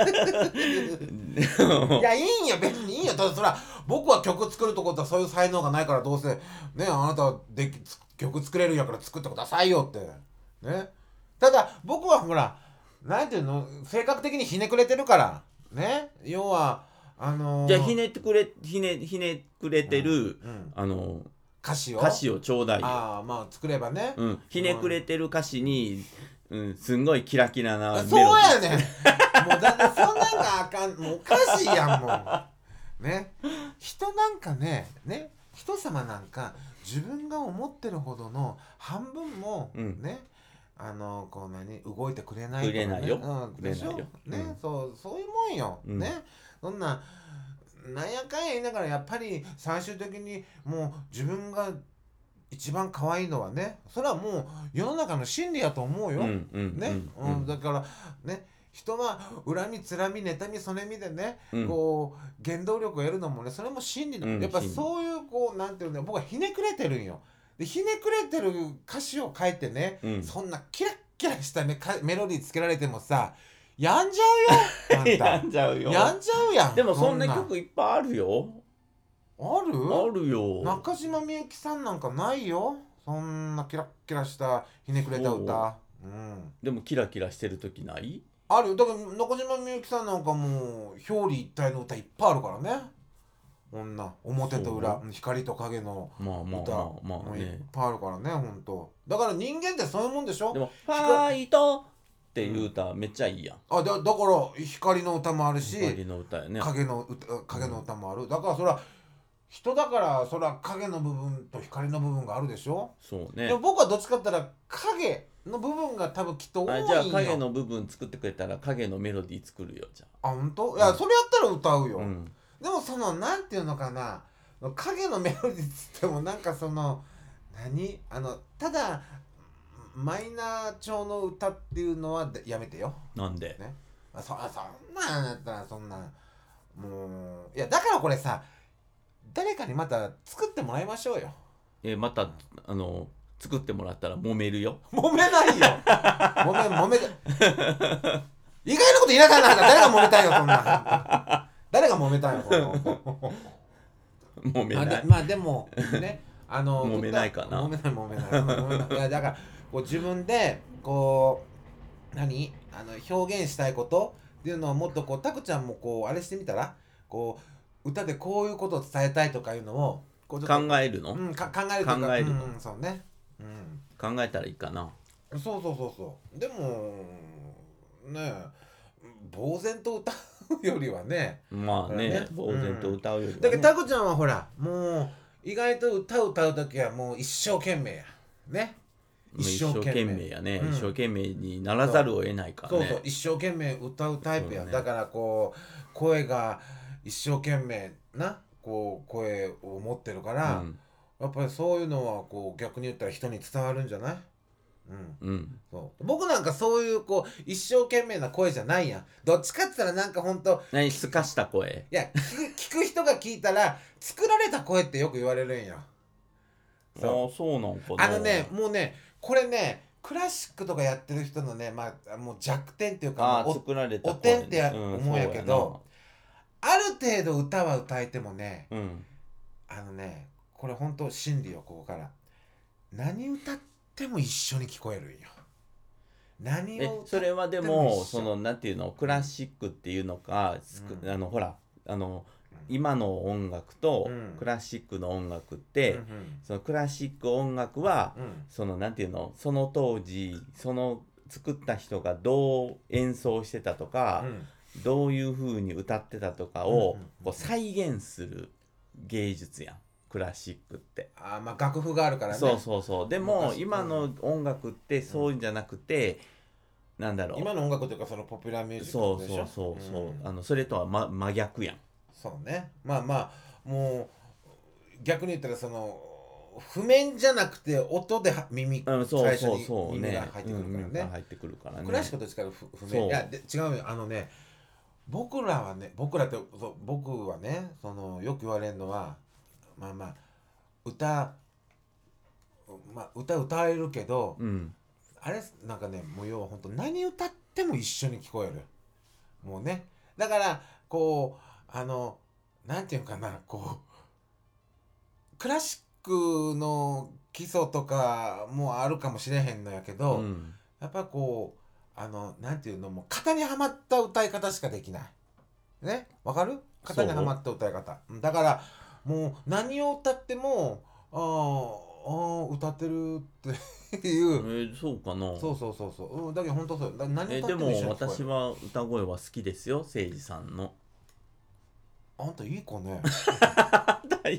Speaker 2: どいやいいんよ別にいいよただそら僕は曲作るとことはそういう才能がないからどうせねあなたはでき曲作れるんやから作ってくださいよってねただ僕はほらなんていうの性格的にひねくれてるからね要はあのー、
Speaker 1: じゃあひねってくれひねひねくれてる、
Speaker 2: うん
Speaker 1: あの
Speaker 2: 歌詞を
Speaker 1: 歌詞をちょうだいよ
Speaker 2: ああまあ作ればね、
Speaker 1: うん、ひねくれてる歌詞に、うん、すんごいキラキラなメロディー
Speaker 2: そうやねんもうだってそんなんがあかんもうおかしいやんもうね人なんかねね人様なんか自分が思ってるほどの半分も
Speaker 1: うん
Speaker 2: ね、あのこう何動いてくれないと
Speaker 1: く
Speaker 2: かね
Speaker 1: れないよ
Speaker 2: うん、
Speaker 1: くれないよ
Speaker 2: でしょね、
Speaker 1: うん
Speaker 2: そうそういうもんよ、
Speaker 1: うん
Speaker 2: ねそんななんやかんや言いながらやっぱり最終的にもう自分が一番可愛いのはねそれはもう世の中の真理やと思うよ、
Speaker 1: うんうん
Speaker 2: ね、
Speaker 1: う
Speaker 2: うん
Speaker 1: ん
Speaker 2: だからね人は恨みつらみ妬みそねみでね、
Speaker 1: うん
Speaker 2: こう原動力を得るのもねそれも真理の、
Speaker 1: うん
Speaker 2: やっぱ
Speaker 1: 真理
Speaker 2: そういうこうなんていうの僕はひねくれてるんよでひねくれてる歌詞を書いてね、
Speaker 1: うん
Speaker 2: そんなキラッキラした、ね、かメロディーつけられてもさやんじゃう よあんた
Speaker 1: やんじゃうよ
Speaker 2: やんじゃうやん
Speaker 1: でもそんな
Speaker 2: あ
Speaker 1: 曲いっぱいあるよあ
Speaker 2: る
Speaker 1: るよ
Speaker 2: 中島みゆきさんなんかないよそんなキラッキラしたひねくれた歌うん
Speaker 1: でもキラキラしてる時ない
Speaker 2: あるよだから中島みゆきさんなんかもう表裏一体の歌いっぱいあるからね女表と裏
Speaker 1: そ
Speaker 2: 光と影の
Speaker 1: まあまあ
Speaker 2: 歌
Speaker 1: まあま
Speaker 2: も
Speaker 1: あ
Speaker 2: ういっ
Speaker 1: ね
Speaker 2: ぱいあるからねほんとだから人間ってそういうもんでしょ
Speaker 1: でも「ファイト!」っていう歌めっちゃいいやん
Speaker 2: あだだから光の歌もあるし
Speaker 1: 光の歌やね
Speaker 2: 影の歌影の歌もあるだからそら人だからそら影の部分と光の部分があるでしょ
Speaker 1: そう
Speaker 2: で
Speaker 1: ね
Speaker 2: も僕はどっちかって言ったら影の部分が多分きっと多いん
Speaker 1: あ
Speaker 2: よ
Speaker 1: じゃあ影の部分作ってくれたら影のメロディー作るよじゃ
Speaker 2: あ本当いや、
Speaker 1: うん
Speaker 2: それやったら歌う
Speaker 1: あ
Speaker 2: よ、
Speaker 1: うん
Speaker 2: でもそのなんていうのかな影のメロディーっつってもなんかその何あのただマイナー調の歌っていうのはでやめてよ、
Speaker 1: なんで
Speaker 2: ね、あそあそんなんだったらそんなんもういやだからこれさ誰かにまた作ってもらいましょうよ
Speaker 1: えまたあの作ってもらったら揉めるよ
Speaker 2: 揉めないよ揉め揉めた意外なこと言いながらなんか誰が揉めたいよそんな誰が揉めたいよそんな
Speaker 1: 揉め
Speaker 2: まあ
Speaker 1: な
Speaker 2: で
Speaker 1: い
Speaker 2: まあでも ねあの
Speaker 1: 揉めないかな
Speaker 2: 揉めない揉めない揉めないいやだからこう自分でこう何あの表現したいことっていうのをもっとこうタクちゃんもこうあれしてみたらこう歌でこういうことを伝えたいとかいうのをこうちょっと
Speaker 1: 考えるの、
Speaker 2: うん、か考えるとか
Speaker 1: 考える
Speaker 2: うん、そうね、う、
Speaker 1: 考えたらいいかなん
Speaker 2: そうそうそうそうでもね呆然と歌うよりはね
Speaker 1: まあね
Speaker 2: ね
Speaker 1: 呆然と歌うよりはね、
Speaker 2: だけどタコちゃんはほらもう意外と歌を歌う時はもう一生懸命やね
Speaker 1: もう一生懸命やね、
Speaker 2: うん
Speaker 1: 一生懸命にならざるを得ないから
Speaker 2: そう
Speaker 1: ね
Speaker 2: そう一生懸命歌うタイプや
Speaker 1: そうね
Speaker 2: だからこう声が一生懸命なこう声を持ってるから、
Speaker 1: うん
Speaker 2: やっぱりそういうのはこう逆に言ったら人に伝わるんじゃないうん、
Speaker 1: うん
Speaker 2: そう僕なんかそういうこう一生懸命な声じゃないやんどっちかって言ったらなんかほんと
Speaker 1: 何すかした声
Speaker 2: いや聞く聞く人が聞いたら作られた声ってよく言われるんよ
Speaker 1: ああ
Speaker 2: そう
Speaker 1: そうなんかな
Speaker 2: あのねもうねこれねクラシックとかやってる人のね、まあ、もう弱点っていうか
Speaker 1: あ
Speaker 2: も
Speaker 1: あ
Speaker 2: う
Speaker 1: 作られた
Speaker 2: おてんってや
Speaker 1: うん
Speaker 2: 思うんやけどおある程度歌は歌えてもね
Speaker 1: そうやなうん
Speaker 2: あのねこれ本当真理よここから何歌っても一緒に聞こえるんよ何
Speaker 1: え
Speaker 2: を歌
Speaker 1: そ
Speaker 2: っ
Speaker 1: れはで
Speaker 2: でも一
Speaker 1: も
Speaker 2: 緒
Speaker 1: そのなんていうのクラシックっていうのか、すく
Speaker 2: うん
Speaker 1: あのほらあの
Speaker 2: うん
Speaker 1: 今の音楽と
Speaker 2: うん
Speaker 1: クラシックの音楽って、
Speaker 2: うん
Speaker 1: そのクラシック音楽は、
Speaker 2: うんうん
Speaker 1: そのなんていうのその当時その作った人がどう演奏してたとか、
Speaker 2: うん
Speaker 1: どういう風に歌ってたとかを
Speaker 2: うんうんうん
Speaker 1: こう再現する芸術やんクラシックって。
Speaker 2: あーまあ楽譜があるからね
Speaker 1: そうそうそうでも
Speaker 2: 昔
Speaker 1: 今の音楽ってそういうんじゃなくて、なんだろう
Speaker 2: 今の音楽というかそのポピュラーミュージッ
Speaker 1: そ
Speaker 2: ク
Speaker 1: う
Speaker 2: でし
Speaker 1: そ
Speaker 2: ょ
Speaker 1: うそうそう、
Speaker 2: ん
Speaker 1: あのそれとは、ま、真逆やん
Speaker 2: そうねまあまあもう逆に言ったらその譜面じゃなくて音では耳、
Speaker 1: うんそう
Speaker 2: 最初
Speaker 1: そう
Speaker 2: に
Speaker 1: そう
Speaker 2: 耳が
Speaker 1: ね
Speaker 2: 入ってくるか
Speaker 1: う
Speaker 2: らね
Speaker 1: ん耳が入ってくるからね
Speaker 2: クラシックと違うふ譜
Speaker 1: そ
Speaker 2: 面
Speaker 1: う
Speaker 2: いやで違うよあのね僕らはね僕らってそう僕はねそのよく言われるのはまあまあ歌まあ歌歌えるけど、
Speaker 1: うん
Speaker 2: あれなんかねもう要は本当何歌っても一緒に聞こえるもうねだからこうあのなんていうのかなこうクラシックの基礎とかもあるかもしれへんのやけ
Speaker 1: う
Speaker 2: ど、
Speaker 1: ん
Speaker 2: やっぱこうあのなんていうのもう型にはまった歌い方しかできないねわかる型にはまった歌い方うんだからもう何を歌ってもあーあー歌ってるって い
Speaker 1: え
Speaker 2: う
Speaker 1: ーそうかな
Speaker 2: そうそうそうそう。うん、だけど本当そう。だ何
Speaker 1: え
Speaker 2: 歌
Speaker 1: で
Speaker 2: っても一緒
Speaker 1: も
Speaker 2: に聞こえ
Speaker 1: 私
Speaker 2: る。
Speaker 1: は歌声は好きですよ誠司さんの
Speaker 2: あんたいい子ね。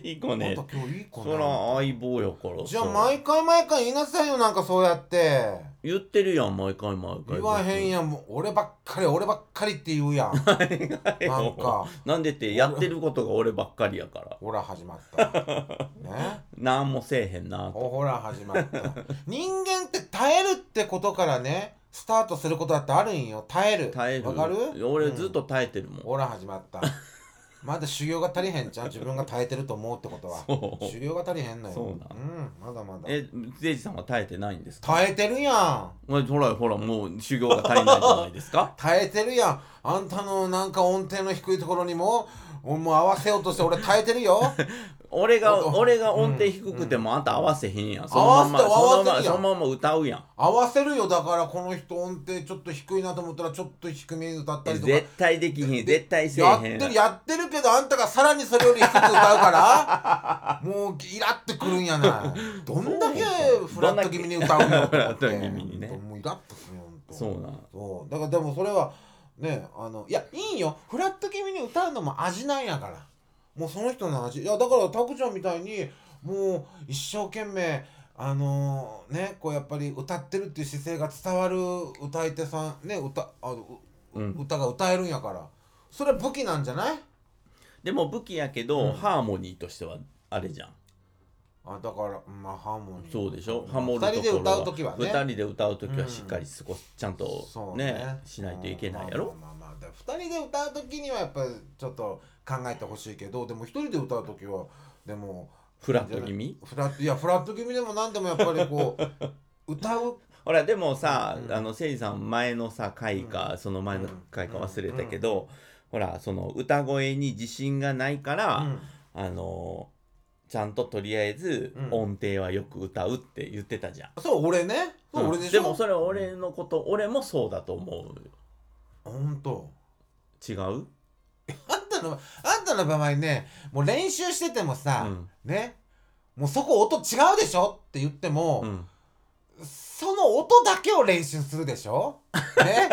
Speaker 1: いい子
Speaker 2: あん
Speaker 1: ね
Speaker 2: た今日いい子
Speaker 1: そ
Speaker 2: ね。
Speaker 1: ら相棒やから
Speaker 2: じゃあ
Speaker 1: そう
Speaker 2: 毎回毎回言いなさいよなんかそうやって。
Speaker 1: 言ってるやん毎回毎回
Speaker 2: 言わへんやんもう俺ばっかり俺ばっかりって言うやん。な
Speaker 1: 僕
Speaker 2: んか
Speaker 1: なんでってやってることが俺ばっかりやから
Speaker 2: ほら始 まった。ね。
Speaker 1: なんもせえへんなと
Speaker 2: おほら始まった。人間って耐えるってことからねスタートすることだってあるんよ耐える。
Speaker 1: 耐える
Speaker 2: わかる？
Speaker 1: 俺
Speaker 2: うん
Speaker 1: ずっと耐えてるもん、
Speaker 2: ほら始 まった。まだ修行が足りへんじゃん自分が耐えてると思うってことは。
Speaker 1: そう
Speaker 2: 修行が足りへんのよ。
Speaker 1: そうなん
Speaker 2: ん、まだまだ。
Speaker 1: えゼイジさんは耐えてないんですか
Speaker 2: 耐えてるやん
Speaker 1: えほらほらもう修行が足りないじゃないですか
Speaker 2: 耐えてるやんあんたのなんか音程の低いところにもおもう合わせようとして俺耐えて るよ
Speaker 1: 俺が
Speaker 2: お
Speaker 1: 俺が音程低くてもあんた合わせへんやん、そのまんま
Speaker 2: 合わせ
Speaker 1: そのま
Speaker 2: 合わせ
Speaker 1: ま
Speaker 2: るやん
Speaker 1: そのまま歌うやん
Speaker 2: 合わせるよだからこの人音程ちょっと低いなと思ったらちょっと低めに歌った
Speaker 1: え
Speaker 2: りとか
Speaker 1: 絶対できひん絶対せえ
Speaker 2: やっ
Speaker 1: へん
Speaker 2: てるやってるけどあんたがさらにそれより低く歌うから もうイラってくるんやなどんだけフラット気味に歌うの
Speaker 1: フラット気味にね
Speaker 2: もうイラッとするよほんと
Speaker 1: そうなん
Speaker 2: そうだからでもそれはねあのいやいいよフラット気味に歌うのも味なんやからもうその人の味いやだからタクちゃんみたいにもう一生懸命あのねこうやっぱり歌ってるっていう姿勢が伝わる歌い手さんね歌あの、う
Speaker 1: うん
Speaker 2: 歌が歌えるんやからそれは武器なんじゃない
Speaker 1: でも武器やけど、
Speaker 2: うん
Speaker 1: ハーモニーとしてはあれじゃん
Speaker 2: あだからまあハーモニー
Speaker 1: そうでしょハモるところ
Speaker 2: 二人で歌う時はね
Speaker 1: 2人で歌う時はしっかりそこちゃんと
Speaker 2: そう
Speaker 1: ね,、しないといけないやろ、
Speaker 2: うんまあまあまあまあだ2人で歌う時にはやっぱりちょっと考えてほしいけどでも1人で歌う時はでも
Speaker 1: フラット気味
Speaker 2: フラットいやフラット気味でも何でもやっぱりこ う歌う
Speaker 1: ほらでもさ、
Speaker 2: うん
Speaker 1: あのせいじさん前のさ回か、その前の回か忘れたけど、ほらその歌声に自信がないから、
Speaker 2: うん
Speaker 1: あのちゃんととりあえず
Speaker 2: うん
Speaker 1: 音程はよく歌うって言ってたじゃん、
Speaker 2: そう俺ねそう、
Speaker 1: うん
Speaker 2: 俺でし
Speaker 1: で
Speaker 2: ょ
Speaker 1: もそれは俺のこと、俺もそうだと思うよ
Speaker 2: ほんと
Speaker 1: 違う、
Speaker 2: あんたのあんたの場合ねもう練習しててもさ、
Speaker 1: うん
Speaker 2: ねもうそこ音違うでしょって言っても、
Speaker 1: うん、
Speaker 2: その音だけを練習するでしょ ね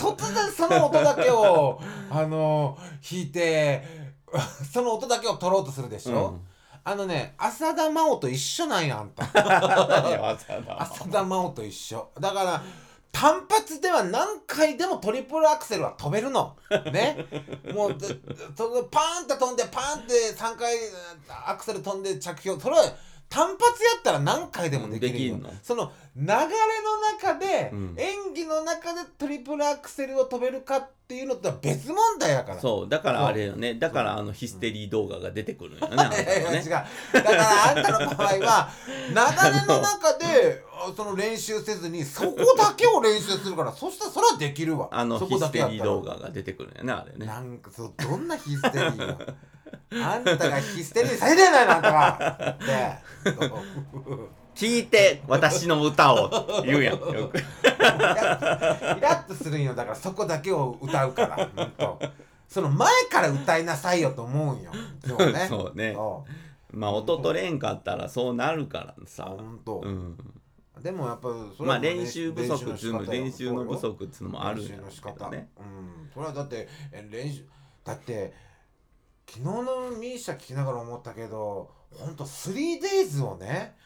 Speaker 2: 突然その音だけをあの弾いて その音だけを取ろうとするでしょ、 あのね浅田真央と一緒なんやあんた
Speaker 1: いやわざわざ
Speaker 2: 浅田真央と一緒だから単発では何回でもトリプルアクセルは飛べるのねもうでそのパーンと飛んでパーンって3回アクセル飛んで着氷それは単発やったら何回でもできるよ、
Speaker 1: うんできんの
Speaker 2: その流れの中で、
Speaker 1: うん
Speaker 2: 演技の中でトリプルアクセルを飛べるかっていうのとは別問題やから
Speaker 1: そうだからあれよねだからあのヒステリー動画が出てくるんやね,あなた
Speaker 2: いやいや
Speaker 1: は
Speaker 2: 違う
Speaker 1: ね、
Speaker 2: だからあんたの場合は流れの 中でその練習せずにそこだけを練習するからそしたらそれはできるわ
Speaker 1: あの
Speaker 2: そ
Speaker 1: ヒ
Speaker 2: こだ
Speaker 1: ステ
Speaker 2: けやっ
Speaker 1: リー
Speaker 2: たら
Speaker 1: 動画が出てくるんやねあれね
Speaker 2: なんかそうどんなヒステリーよあんたがヒステリーされてないのあんたは で
Speaker 1: 聞いて私の歌を言うやんよ く
Speaker 2: イラッとするんよだからそこだけを歌うからほんとその前から歌いなさいよと思うんよそう ね
Speaker 1: そうね
Speaker 2: そ
Speaker 1: まあ音取れんかったらそうなるから
Speaker 2: う
Speaker 1: さ
Speaker 2: ほんと
Speaker 1: うん
Speaker 2: でもやっぱそれ
Speaker 1: まあ
Speaker 2: はもうね
Speaker 1: 練習不足っていうの練習の
Speaker 2: そう
Speaker 1: 不足っ
Speaker 2: よ
Speaker 1: ていうのもあるん
Speaker 2: 練
Speaker 1: や
Speaker 2: 習
Speaker 1: ろ
Speaker 2: の
Speaker 1: う
Speaker 2: 仕
Speaker 1: け
Speaker 2: 方
Speaker 1: どね
Speaker 2: うんそれはだってえ練習だって昨日のミーシャ聞きながら思ったけどほんと 3days をね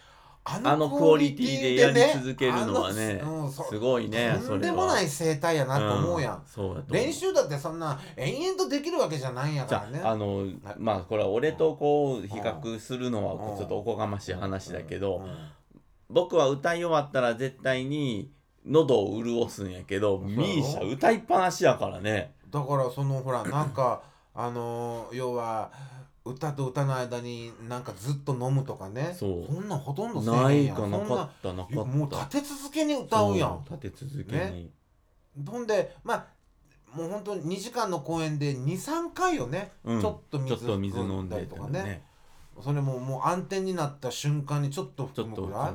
Speaker 2: あ
Speaker 1: あのクオリティでやり続けるのはね
Speaker 2: あのうんそ
Speaker 1: すごいねそれ
Speaker 2: と
Speaker 1: は
Speaker 2: んでもない生態やなと思うや、
Speaker 1: うんそうやと思う
Speaker 2: 練習だってそんな延々とできるわけじゃないんや
Speaker 1: じ
Speaker 2: か
Speaker 1: ゃ
Speaker 2: らね
Speaker 1: ああの
Speaker 2: はい
Speaker 1: まあこれは俺とこう比較するの
Speaker 2: う
Speaker 1: は
Speaker 2: ん
Speaker 1: ちょっとおこがましい話だけど
Speaker 2: うん
Speaker 1: 僕は歌い終わったら絶対に喉を潤すんやけど
Speaker 2: そうやろ
Speaker 1: ミーシャ歌いっぱなしやからね
Speaker 2: だからそのほらなん かあのー要は歌と歌の間になんかずっと飲むとかね
Speaker 1: そうん
Speaker 2: なんほとんどせえへ
Speaker 1: なんい
Speaker 2: やん
Speaker 1: かな
Speaker 2: そんな
Speaker 1: かったなかった
Speaker 2: もう立て続けに歌うやん
Speaker 1: そう立て続けに、
Speaker 2: ほんでまあもうほんと2時間の公演で23回よね、
Speaker 1: うん
Speaker 2: ちょっと
Speaker 1: ちょ
Speaker 2: 水
Speaker 1: っと水飲ん
Speaker 2: 含だ
Speaker 1: で
Speaker 2: り
Speaker 1: と
Speaker 2: と
Speaker 1: か
Speaker 2: か
Speaker 1: ね
Speaker 2: ねそれももう暗転になった瞬間にちょっと
Speaker 1: ちょ
Speaker 2: 含
Speaker 1: っ
Speaker 2: む
Speaker 1: と
Speaker 2: ぐらい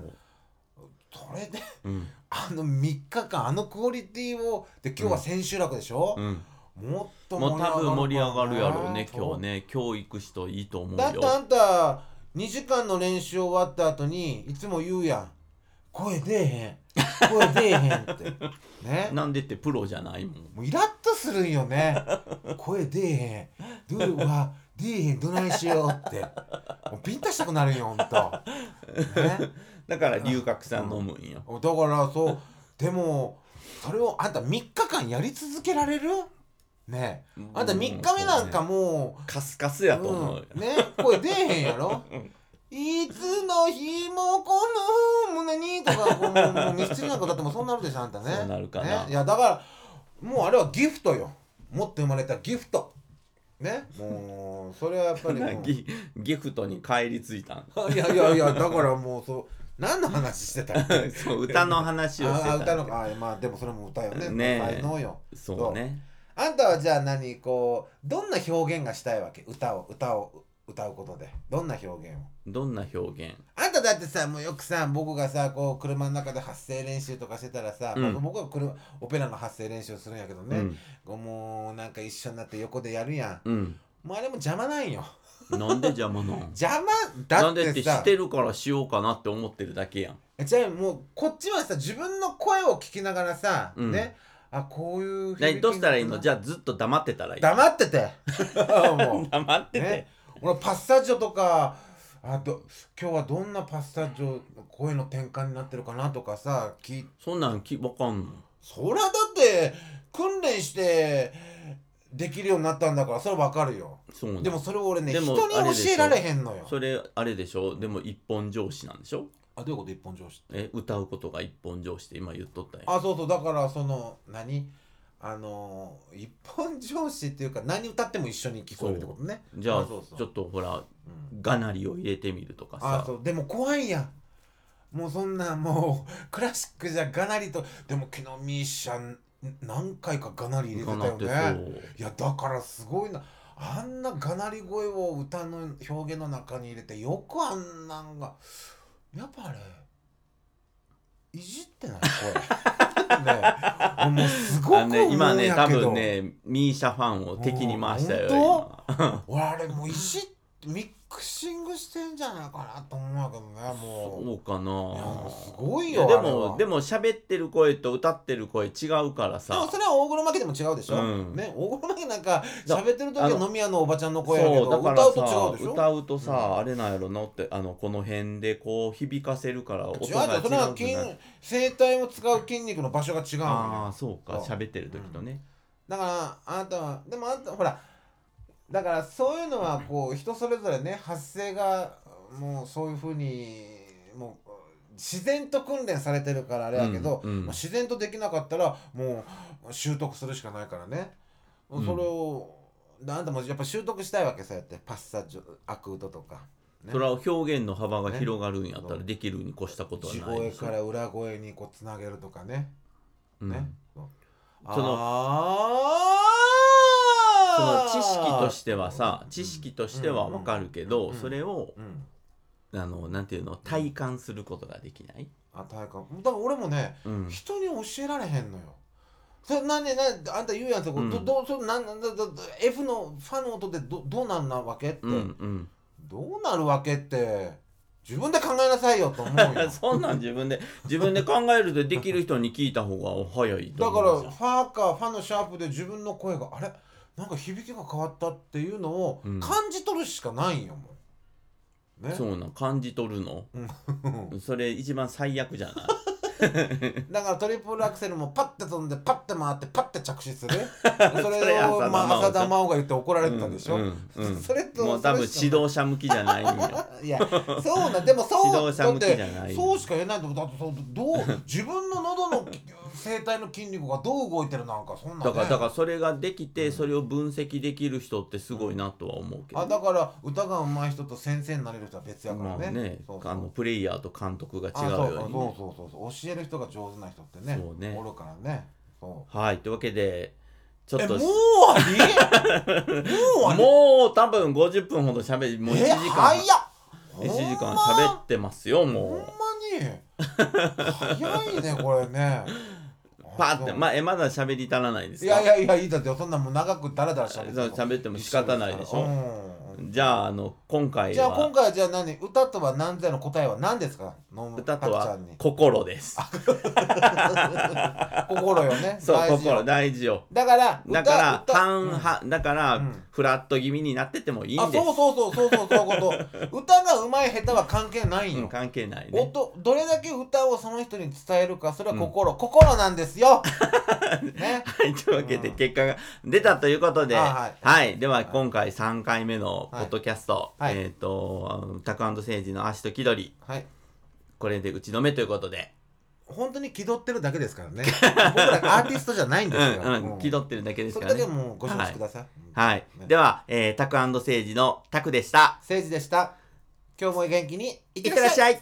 Speaker 2: それで
Speaker 1: うん
Speaker 2: あの3日間あのクオリティをで今日は千秋楽でしょ
Speaker 1: う、ん
Speaker 2: もっと
Speaker 1: もう多分盛り上がるやろうね今
Speaker 2: ね
Speaker 1: 日ね今日行く人いいと思う
Speaker 2: だってあ
Speaker 1: よ
Speaker 2: んた2時間の練習終わった後にいつも言うやん声出えへん声出えへん ってね
Speaker 1: なんでってプロじゃないもん
Speaker 2: もうイラッとするんよね声出えへんどうは出えへんどないしようってもうビンタしたくなるんよほんとね
Speaker 1: だから龍角さん飲むんよ、
Speaker 2: だからそうでもそれをあんた3日間やり続けられるねあんた3日目なんか
Speaker 1: も
Speaker 2: もう
Speaker 1: カスカスやと思うよ、
Speaker 2: ん、ね声出えへんやろいつの日もこの胸にとかこうもうもうミスチルなんかだってもうそうなるでしょあんたね
Speaker 1: そうなるかな
Speaker 2: ね、いやだからもうあれはギフトよ持って生まれたギフトねもうそれはやっぱ りもう
Speaker 1: なギギフトに帰りついたん
Speaker 2: いやいやいやだからもうそう何の話して たっ け
Speaker 1: そう歌の話をして
Speaker 2: あ
Speaker 1: た
Speaker 2: あ歌のあまあでもそれも歌よね
Speaker 1: ねえ
Speaker 2: 才能よ
Speaker 1: そうね
Speaker 2: あんたはじゃあ何こうどんな表現がしたいわけ歌を歌を歌うことでどんな表現を
Speaker 1: どんな表現
Speaker 2: あんただってさもうよくさ僕がさこう車の中で発声練習とかしてたらさ、
Speaker 1: うん
Speaker 2: まあ僕は車オペラの発声練習するんやけどね、
Speaker 1: うん
Speaker 2: こうもうなんか一緒になって横でやるや
Speaker 1: うん
Speaker 2: んもうあれも邪魔なんよ
Speaker 1: なんで邪魔 なん
Speaker 2: 邪魔
Speaker 1: な
Speaker 2: だ
Speaker 1: ん
Speaker 2: っ
Speaker 1: でって
Speaker 2: て
Speaker 1: し
Speaker 2: さ
Speaker 1: てるからしようかなって思ってるだけやん
Speaker 2: じゃあもうこっちはさ自分の声を聞きながらさ、
Speaker 1: うん
Speaker 2: ねあこういう響
Speaker 1: 何
Speaker 2: き
Speaker 1: どうしたらいいのじ
Speaker 2: ゃ
Speaker 1: ゃあずっと黙ってたらいい
Speaker 2: 黙って てもう
Speaker 1: 黙ってて、
Speaker 2: ね、俺パッサージョとかあと今日はどんなパッサージョ声の転換になってるかなとかさ聞い
Speaker 1: そんなんきわかんの
Speaker 2: そりゃだって訓練してできるようになったんだからそれわかるよ
Speaker 1: そうね
Speaker 2: でもそれを俺ね
Speaker 1: で
Speaker 2: 人
Speaker 1: も
Speaker 2: に
Speaker 1: あれでしょ
Speaker 2: 教えられへんのよ
Speaker 1: それあれでしょでも一本上司なんでしょ
Speaker 2: あどういうこと一本上司って
Speaker 1: え歌うことが一本上司って今言っとったんや
Speaker 2: あそうそうだからその何あのー一本上司っていうか何歌っても一緒に聞こえるってことね
Speaker 1: じゃあ
Speaker 2: そうそう
Speaker 1: ちょっとほら
Speaker 2: うん
Speaker 1: がなりを入れてみるとか
Speaker 2: あ
Speaker 1: さ
Speaker 2: そうでも怖いやんもうそんなもう クラシックじゃがなりとでも昨日ミーシャン何回かがなり入れ
Speaker 1: がなってて
Speaker 2: たよね
Speaker 1: そう
Speaker 2: いやだからすごいなあんながなり声を歌の表現の中に入れてよくあんなんがやっぱあれいじってない声 ねもうすごく
Speaker 1: あの
Speaker 2: 思うんやけ
Speaker 1: ね
Speaker 2: ど
Speaker 1: 今ね多分ねミーシャファンを敵に回したよ
Speaker 2: お
Speaker 1: 今
Speaker 2: 俺あれもういじってミックシングしてんじゃないかなと思うんやけどねもう
Speaker 1: そうか
Speaker 2: いやも
Speaker 1: な
Speaker 2: うすごい
Speaker 1: い
Speaker 2: よ
Speaker 1: やで
Speaker 2: あれは
Speaker 1: もでも喋ってる声と歌ってる声違うから
Speaker 2: でも
Speaker 1: さ
Speaker 2: それは大黒摩季でも違うでし
Speaker 1: う
Speaker 2: ょ、
Speaker 1: ん
Speaker 2: ね大黒摩季なんか
Speaker 1: だ
Speaker 2: 喋ってる時
Speaker 1: あ
Speaker 2: は
Speaker 1: の
Speaker 2: 飲み屋のおばちゃんの声やけ
Speaker 1: そうだ
Speaker 2: ど
Speaker 1: か
Speaker 2: 歌
Speaker 1: らさ
Speaker 2: うと違うでしょ
Speaker 1: 歌うとさあれなんやろなってあのこの辺でこう響かせるから音
Speaker 2: 違う
Speaker 1: が違
Speaker 2: 違う
Speaker 1: う
Speaker 2: そ
Speaker 1: く
Speaker 2: れ
Speaker 1: な
Speaker 2: は
Speaker 1: る
Speaker 2: 筋声帯を使う筋肉の場所が違う
Speaker 1: あ
Speaker 2: のよ
Speaker 1: あそうか
Speaker 2: そう
Speaker 1: 喋ってる時とね
Speaker 2: だからあなたはでもあなたほらだからそういうのはこう人それぞれね発声がもうそういうふうにもう自然と訓練されてるからあれやけど、
Speaker 1: うんうん
Speaker 2: まあ自然とできなかったらもう習得するしかないからね、
Speaker 1: うん
Speaker 2: それをであなたもやっぱ習得したいわけそうやってパッサージュアクードとか、ね
Speaker 1: それは表現の幅が
Speaker 2: ね
Speaker 1: 広がるんやったら
Speaker 2: そう
Speaker 1: できるに越したことは
Speaker 2: 地
Speaker 1: ない
Speaker 2: 声
Speaker 1: でしょ
Speaker 2: から裏声にこうつなげるとかね
Speaker 1: うん
Speaker 2: ね、そう
Speaker 1: そのそ
Speaker 2: あ
Speaker 1: の
Speaker 2: ー
Speaker 1: 知識としてはさ知識としてはわかるけ
Speaker 2: う
Speaker 1: ど
Speaker 2: ん
Speaker 1: それを
Speaker 2: うん
Speaker 1: あのなんていうの体感することができない、
Speaker 2: あ体感だから俺もね
Speaker 1: うん、
Speaker 2: 人に教えられへんのよそれなんでなんであんた言うやんとこ、
Speaker 1: うん
Speaker 2: どどうそれなんなんだだだ F のファの音でどどうなんなわけって、
Speaker 1: うんうん
Speaker 2: どうなるわけって自分で考えなさいよと思うよだ か
Speaker 1: そんなん自分で自分で考えるとできる人に聞いた方が早いと
Speaker 2: ら
Speaker 1: 思う
Speaker 2: フ
Speaker 1: んですよ
Speaker 2: ァかファのシャープで自分の声があれなんか響きが変わったっていうのを
Speaker 1: うん
Speaker 2: 感じ取るしかないんよもう、ね
Speaker 1: そうなん感じ取るの
Speaker 2: うん
Speaker 1: それ一番最悪じゃない
Speaker 2: だからトリプルアクセルもパッて飛んでパッて回ってパッて着地 するそ
Speaker 1: それ
Speaker 2: れ
Speaker 1: 浅田
Speaker 2: を、
Speaker 1: 真央
Speaker 2: まあ、浅田
Speaker 1: さん
Speaker 2: 真央が言って怒られてたでしょ、
Speaker 1: うんうんうん
Speaker 2: それと
Speaker 1: もう多分
Speaker 2: それし
Speaker 1: 指
Speaker 2: か
Speaker 1: 導者向きじゃないんよ
Speaker 2: いやそうなんでもそう
Speaker 1: 指導者
Speaker 2: だっ
Speaker 1: 向き
Speaker 2: て
Speaker 1: じゃない
Speaker 2: そうしか言えないとだってそうどう 自分の喉の声帯の筋肉がどう動いてるなんかそんな、ね、
Speaker 1: だからだからそれができてそれを分析できる人ってすごいなとは思うけど
Speaker 2: あだから歌が上手い人と先生になれる人は別やから
Speaker 1: ま
Speaker 2: ね,、
Speaker 1: あね
Speaker 2: そうそう
Speaker 1: あのプレイヤーと監督が違
Speaker 2: あ
Speaker 1: う
Speaker 2: そう
Speaker 1: ように
Speaker 2: そう
Speaker 1: ね
Speaker 2: そうそうそう教える人が上手な人ってね
Speaker 1: そうね
Speaker 2: おるからねそう
Speaker 1: はいというわけでちょっ
Speaker 2: えも
Speaker 1: と
Speaker 2: う終わ りもう終わり
Speaker 1: もう多分50分ほど喋りもう1時
Speaker 2: え
Speaker 1: 間
Speaker 2: 早っ
Speaker 1: 1時間
Speaker 2: ほんま
Speaker 1: 喋ってますよ
Speaker 2: ほん
Speaker 1: も
Speaker 2: まに早いねこれね
Speaker 1: う パーってまあえまだ喋り足らないです
Speaker 2: い
Speaker 1: か
Speaker 2: やいやいやいいだってよそんなもう長くダラダラ喋
Speaker 1: そう
Speaker 2: って
Speaker 1: 喋っても仕方ないでしょ
Speaker 2: うん
Speaker 1: じゃああの今回
Speaker 2: じゃあ今
Speaker 1: は
Speaker 2: 回はじゃあ何歌とは何での答えは何ですかの
Speaker 1: 歌と
Speaker 2: パクちゃ
Speaker 1: は
Speaker 2: んに
Speaker 1: 心です
Speaker 2: 心よね
Speaker 1: そう
Speaker 2: 大事よ
Speaker 1: 心大事よ
Speaker 2: だから
Speaker 1: だから
Speaker 2: 歌歌
Speaker 1: 半々だから、
Speaker 2: うん
Speaker 1: フラット気味になっててもいい
Speaker 2: う
Speaker 1: ん
Speaker 2: んあ
Speaker 1: です
Speaker 2: そうそうそうそうそうそういうこと歌が上手い下手は関係ない
Speaker 1: うん
Speaker 2: よ、
Speaker 1: 関係ないね
Speaker 2: 音どれだけ歌をその人に伝えるかそれは心、心なんで すよね
Speaker 1: はい、 というわけで
Speaker 2: うん
Speaker 1: 結果が出たということで、
Speaker 2: あ
Speaker 1: は、
Speaker 2: はい
Speaker 1: では今回3回目のポッドキャスト、
Speaker 2: はいはい
Speaker 1: えっ、と、あのタクアンドセイジの足と気取り、
Speaker 2: はい
Speaker 1: これで打ち止めということで、
Speaker 2: 本当に気取ってるだけですからね僕らアーティストじゃないん
Speaker 1: う
Speaker 2: ですよ、
Speaker 1: ん、うん、気取ってるだけですからね
Speaker 2: それだ。けもうご承知ください。
Speaker 1: はい、
Speaker 2: ね
Speaker 1: では、えー、タクアンドセイジのタクでした。
Speaker 2: 誠治でした。今日も元気にい
Speaker 1: いってらっしゃい